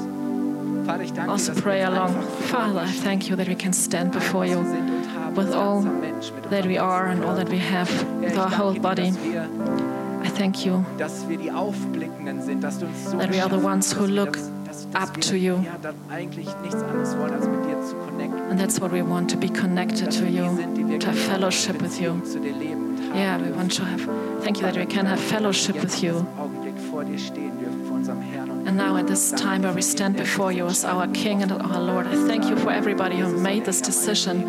[SPEAKER 2] Vater, ich danke
[SPEAKER 3] also
[SPEAKER 2] dir, dass
[SPEAKER 3] pray
[SPEAKER 2] wir jetzt
[SPEAKER 3] along.
[SPEAKER 2] einfach vor
[SPEAKER 3] Father,
[SPEAKER 2] dir
[SPEAKER 3] I
[SPEAKER 2] stehen,
[SPEAKER 3] thank you that we can stand before
[SPEAKER 2] was wir
[SPEAKER 3] you
[SPEAKER 2] sind und haben,
[SPEAKER 3] with
[SPEAKER 2] als
[SPEAKER 3] all
[SPEAKER 2] ganzer Mensch, mit
[SPEAKER 3] that
[SPEAKER 2] unserem
[SPEAKER 3] we are
[SPEAKER 2] ganzen
[SPEAKER 3] and all that we have
[SPEAKER 2] Herr,
[SPEAKER 3] with
[SPEAKER 2] ich
[SPEAKER 3] our
[SPEAKER 2] danke
[SPEAKER 3] whole
[SPEAKER 2] dir,
[SPEAKER 3] body.
[SPEAKER 2] Dass wir,
[SPEAKER 3] I thank you
[SPEAKER 2] dass wir die Aufblickenden sind, dass du uns so
[SPEAKER 3] That we are the
[SPEAKER 2] geschaffen
[SPEAKER 3] ones
[SPEAKER 2] hast,
[SPEAKER 3] who
[SPEAKER 2] dass wir
[SPEAKER 3] look
[SPEAKER 2] das, dass, dass
[SPEAKER 3] up
[SPEAKER 2] wir,
[SPEAKER 3] to you.
[SPEAKER 2] Ja, dann eigentlich nichts anderes wollen, als mit dir zu connecten.
[SPEAKER 3] And that's what we want to be connected
[SPEAKER 2] Dass
[SPEAKER 3] to
[SPEAKER 2] wir die sind, die
[SPEAKER 3] you,
[SPEAKER 2] wir
[SPEAKER 3] to have
[SPEAKER 2] gerne
[SPEAKER 3] fellowship with
[SPEAKER 2] Beziehung
[SPEAKER 3] you.
[SPEAKER 2] Zu dir leben und haben
[SPEAKER 3] Yeah, we
[SPEAKER 2] dürfen.
[SPEAKER 3] want to have. Thank you that we can have fellowship with you.
[SPEAKER 2] Augenblick vor dir stehen dürfen, vor unserem Herrn und
[SPEAKER 3] And now, at this time where we stand before you as our King and our Lord, I thank you for everybody who made this decision.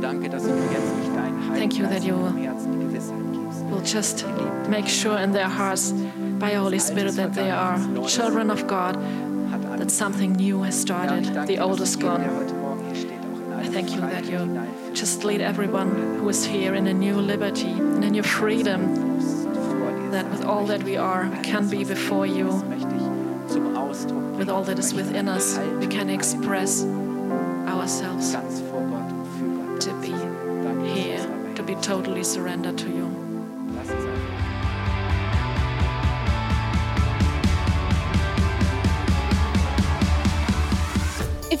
[SPEAKER 2] Danke, dass du mir jetzt nicht deinen Heiligen
[SPEAKER 3] Thank you that
[SPEAKER 2] Geist
[SPEAKER 3] you
[SPEAKER 2] in meinem
[SPEAKER 3] will-
[SPEAKER 2] Herzen die Gewissheit gibst.
[SPEAKER 3] We'll just make sure in their hearts, by your Holy Spirit, that they are children of God,
[SPEAKER 2] Hat
[SPEAKER 3] that
[SPEAKER 2] alles.
[SPEAKER 3] something new has
[SPEAKER 2] Ja, und
[SPEAKER 3] started,
[SPEAKER 2] ich danke
[SPEAKER 3] the
[SPEAKER 2] dir,
[SPEAKER 3] old
[SPEAKER 2] dass
[SPEAKER 3] is
[SPEAKER 2] du jeden,
[SPEAKER 3] gone.
[SPEAKER 2] der heute Morgen hier steht, auch in
[SPEAKER 3] I
[SPEAKER 2] all
[SPEAKER 3] Thank you that you just lead everyone who is here in a new liberty, in a new freedom, that with all that we are can be before you, with all that is within us, we can express ourselves to be here, to be totally surrendered to you.
[SPEAKER 1] If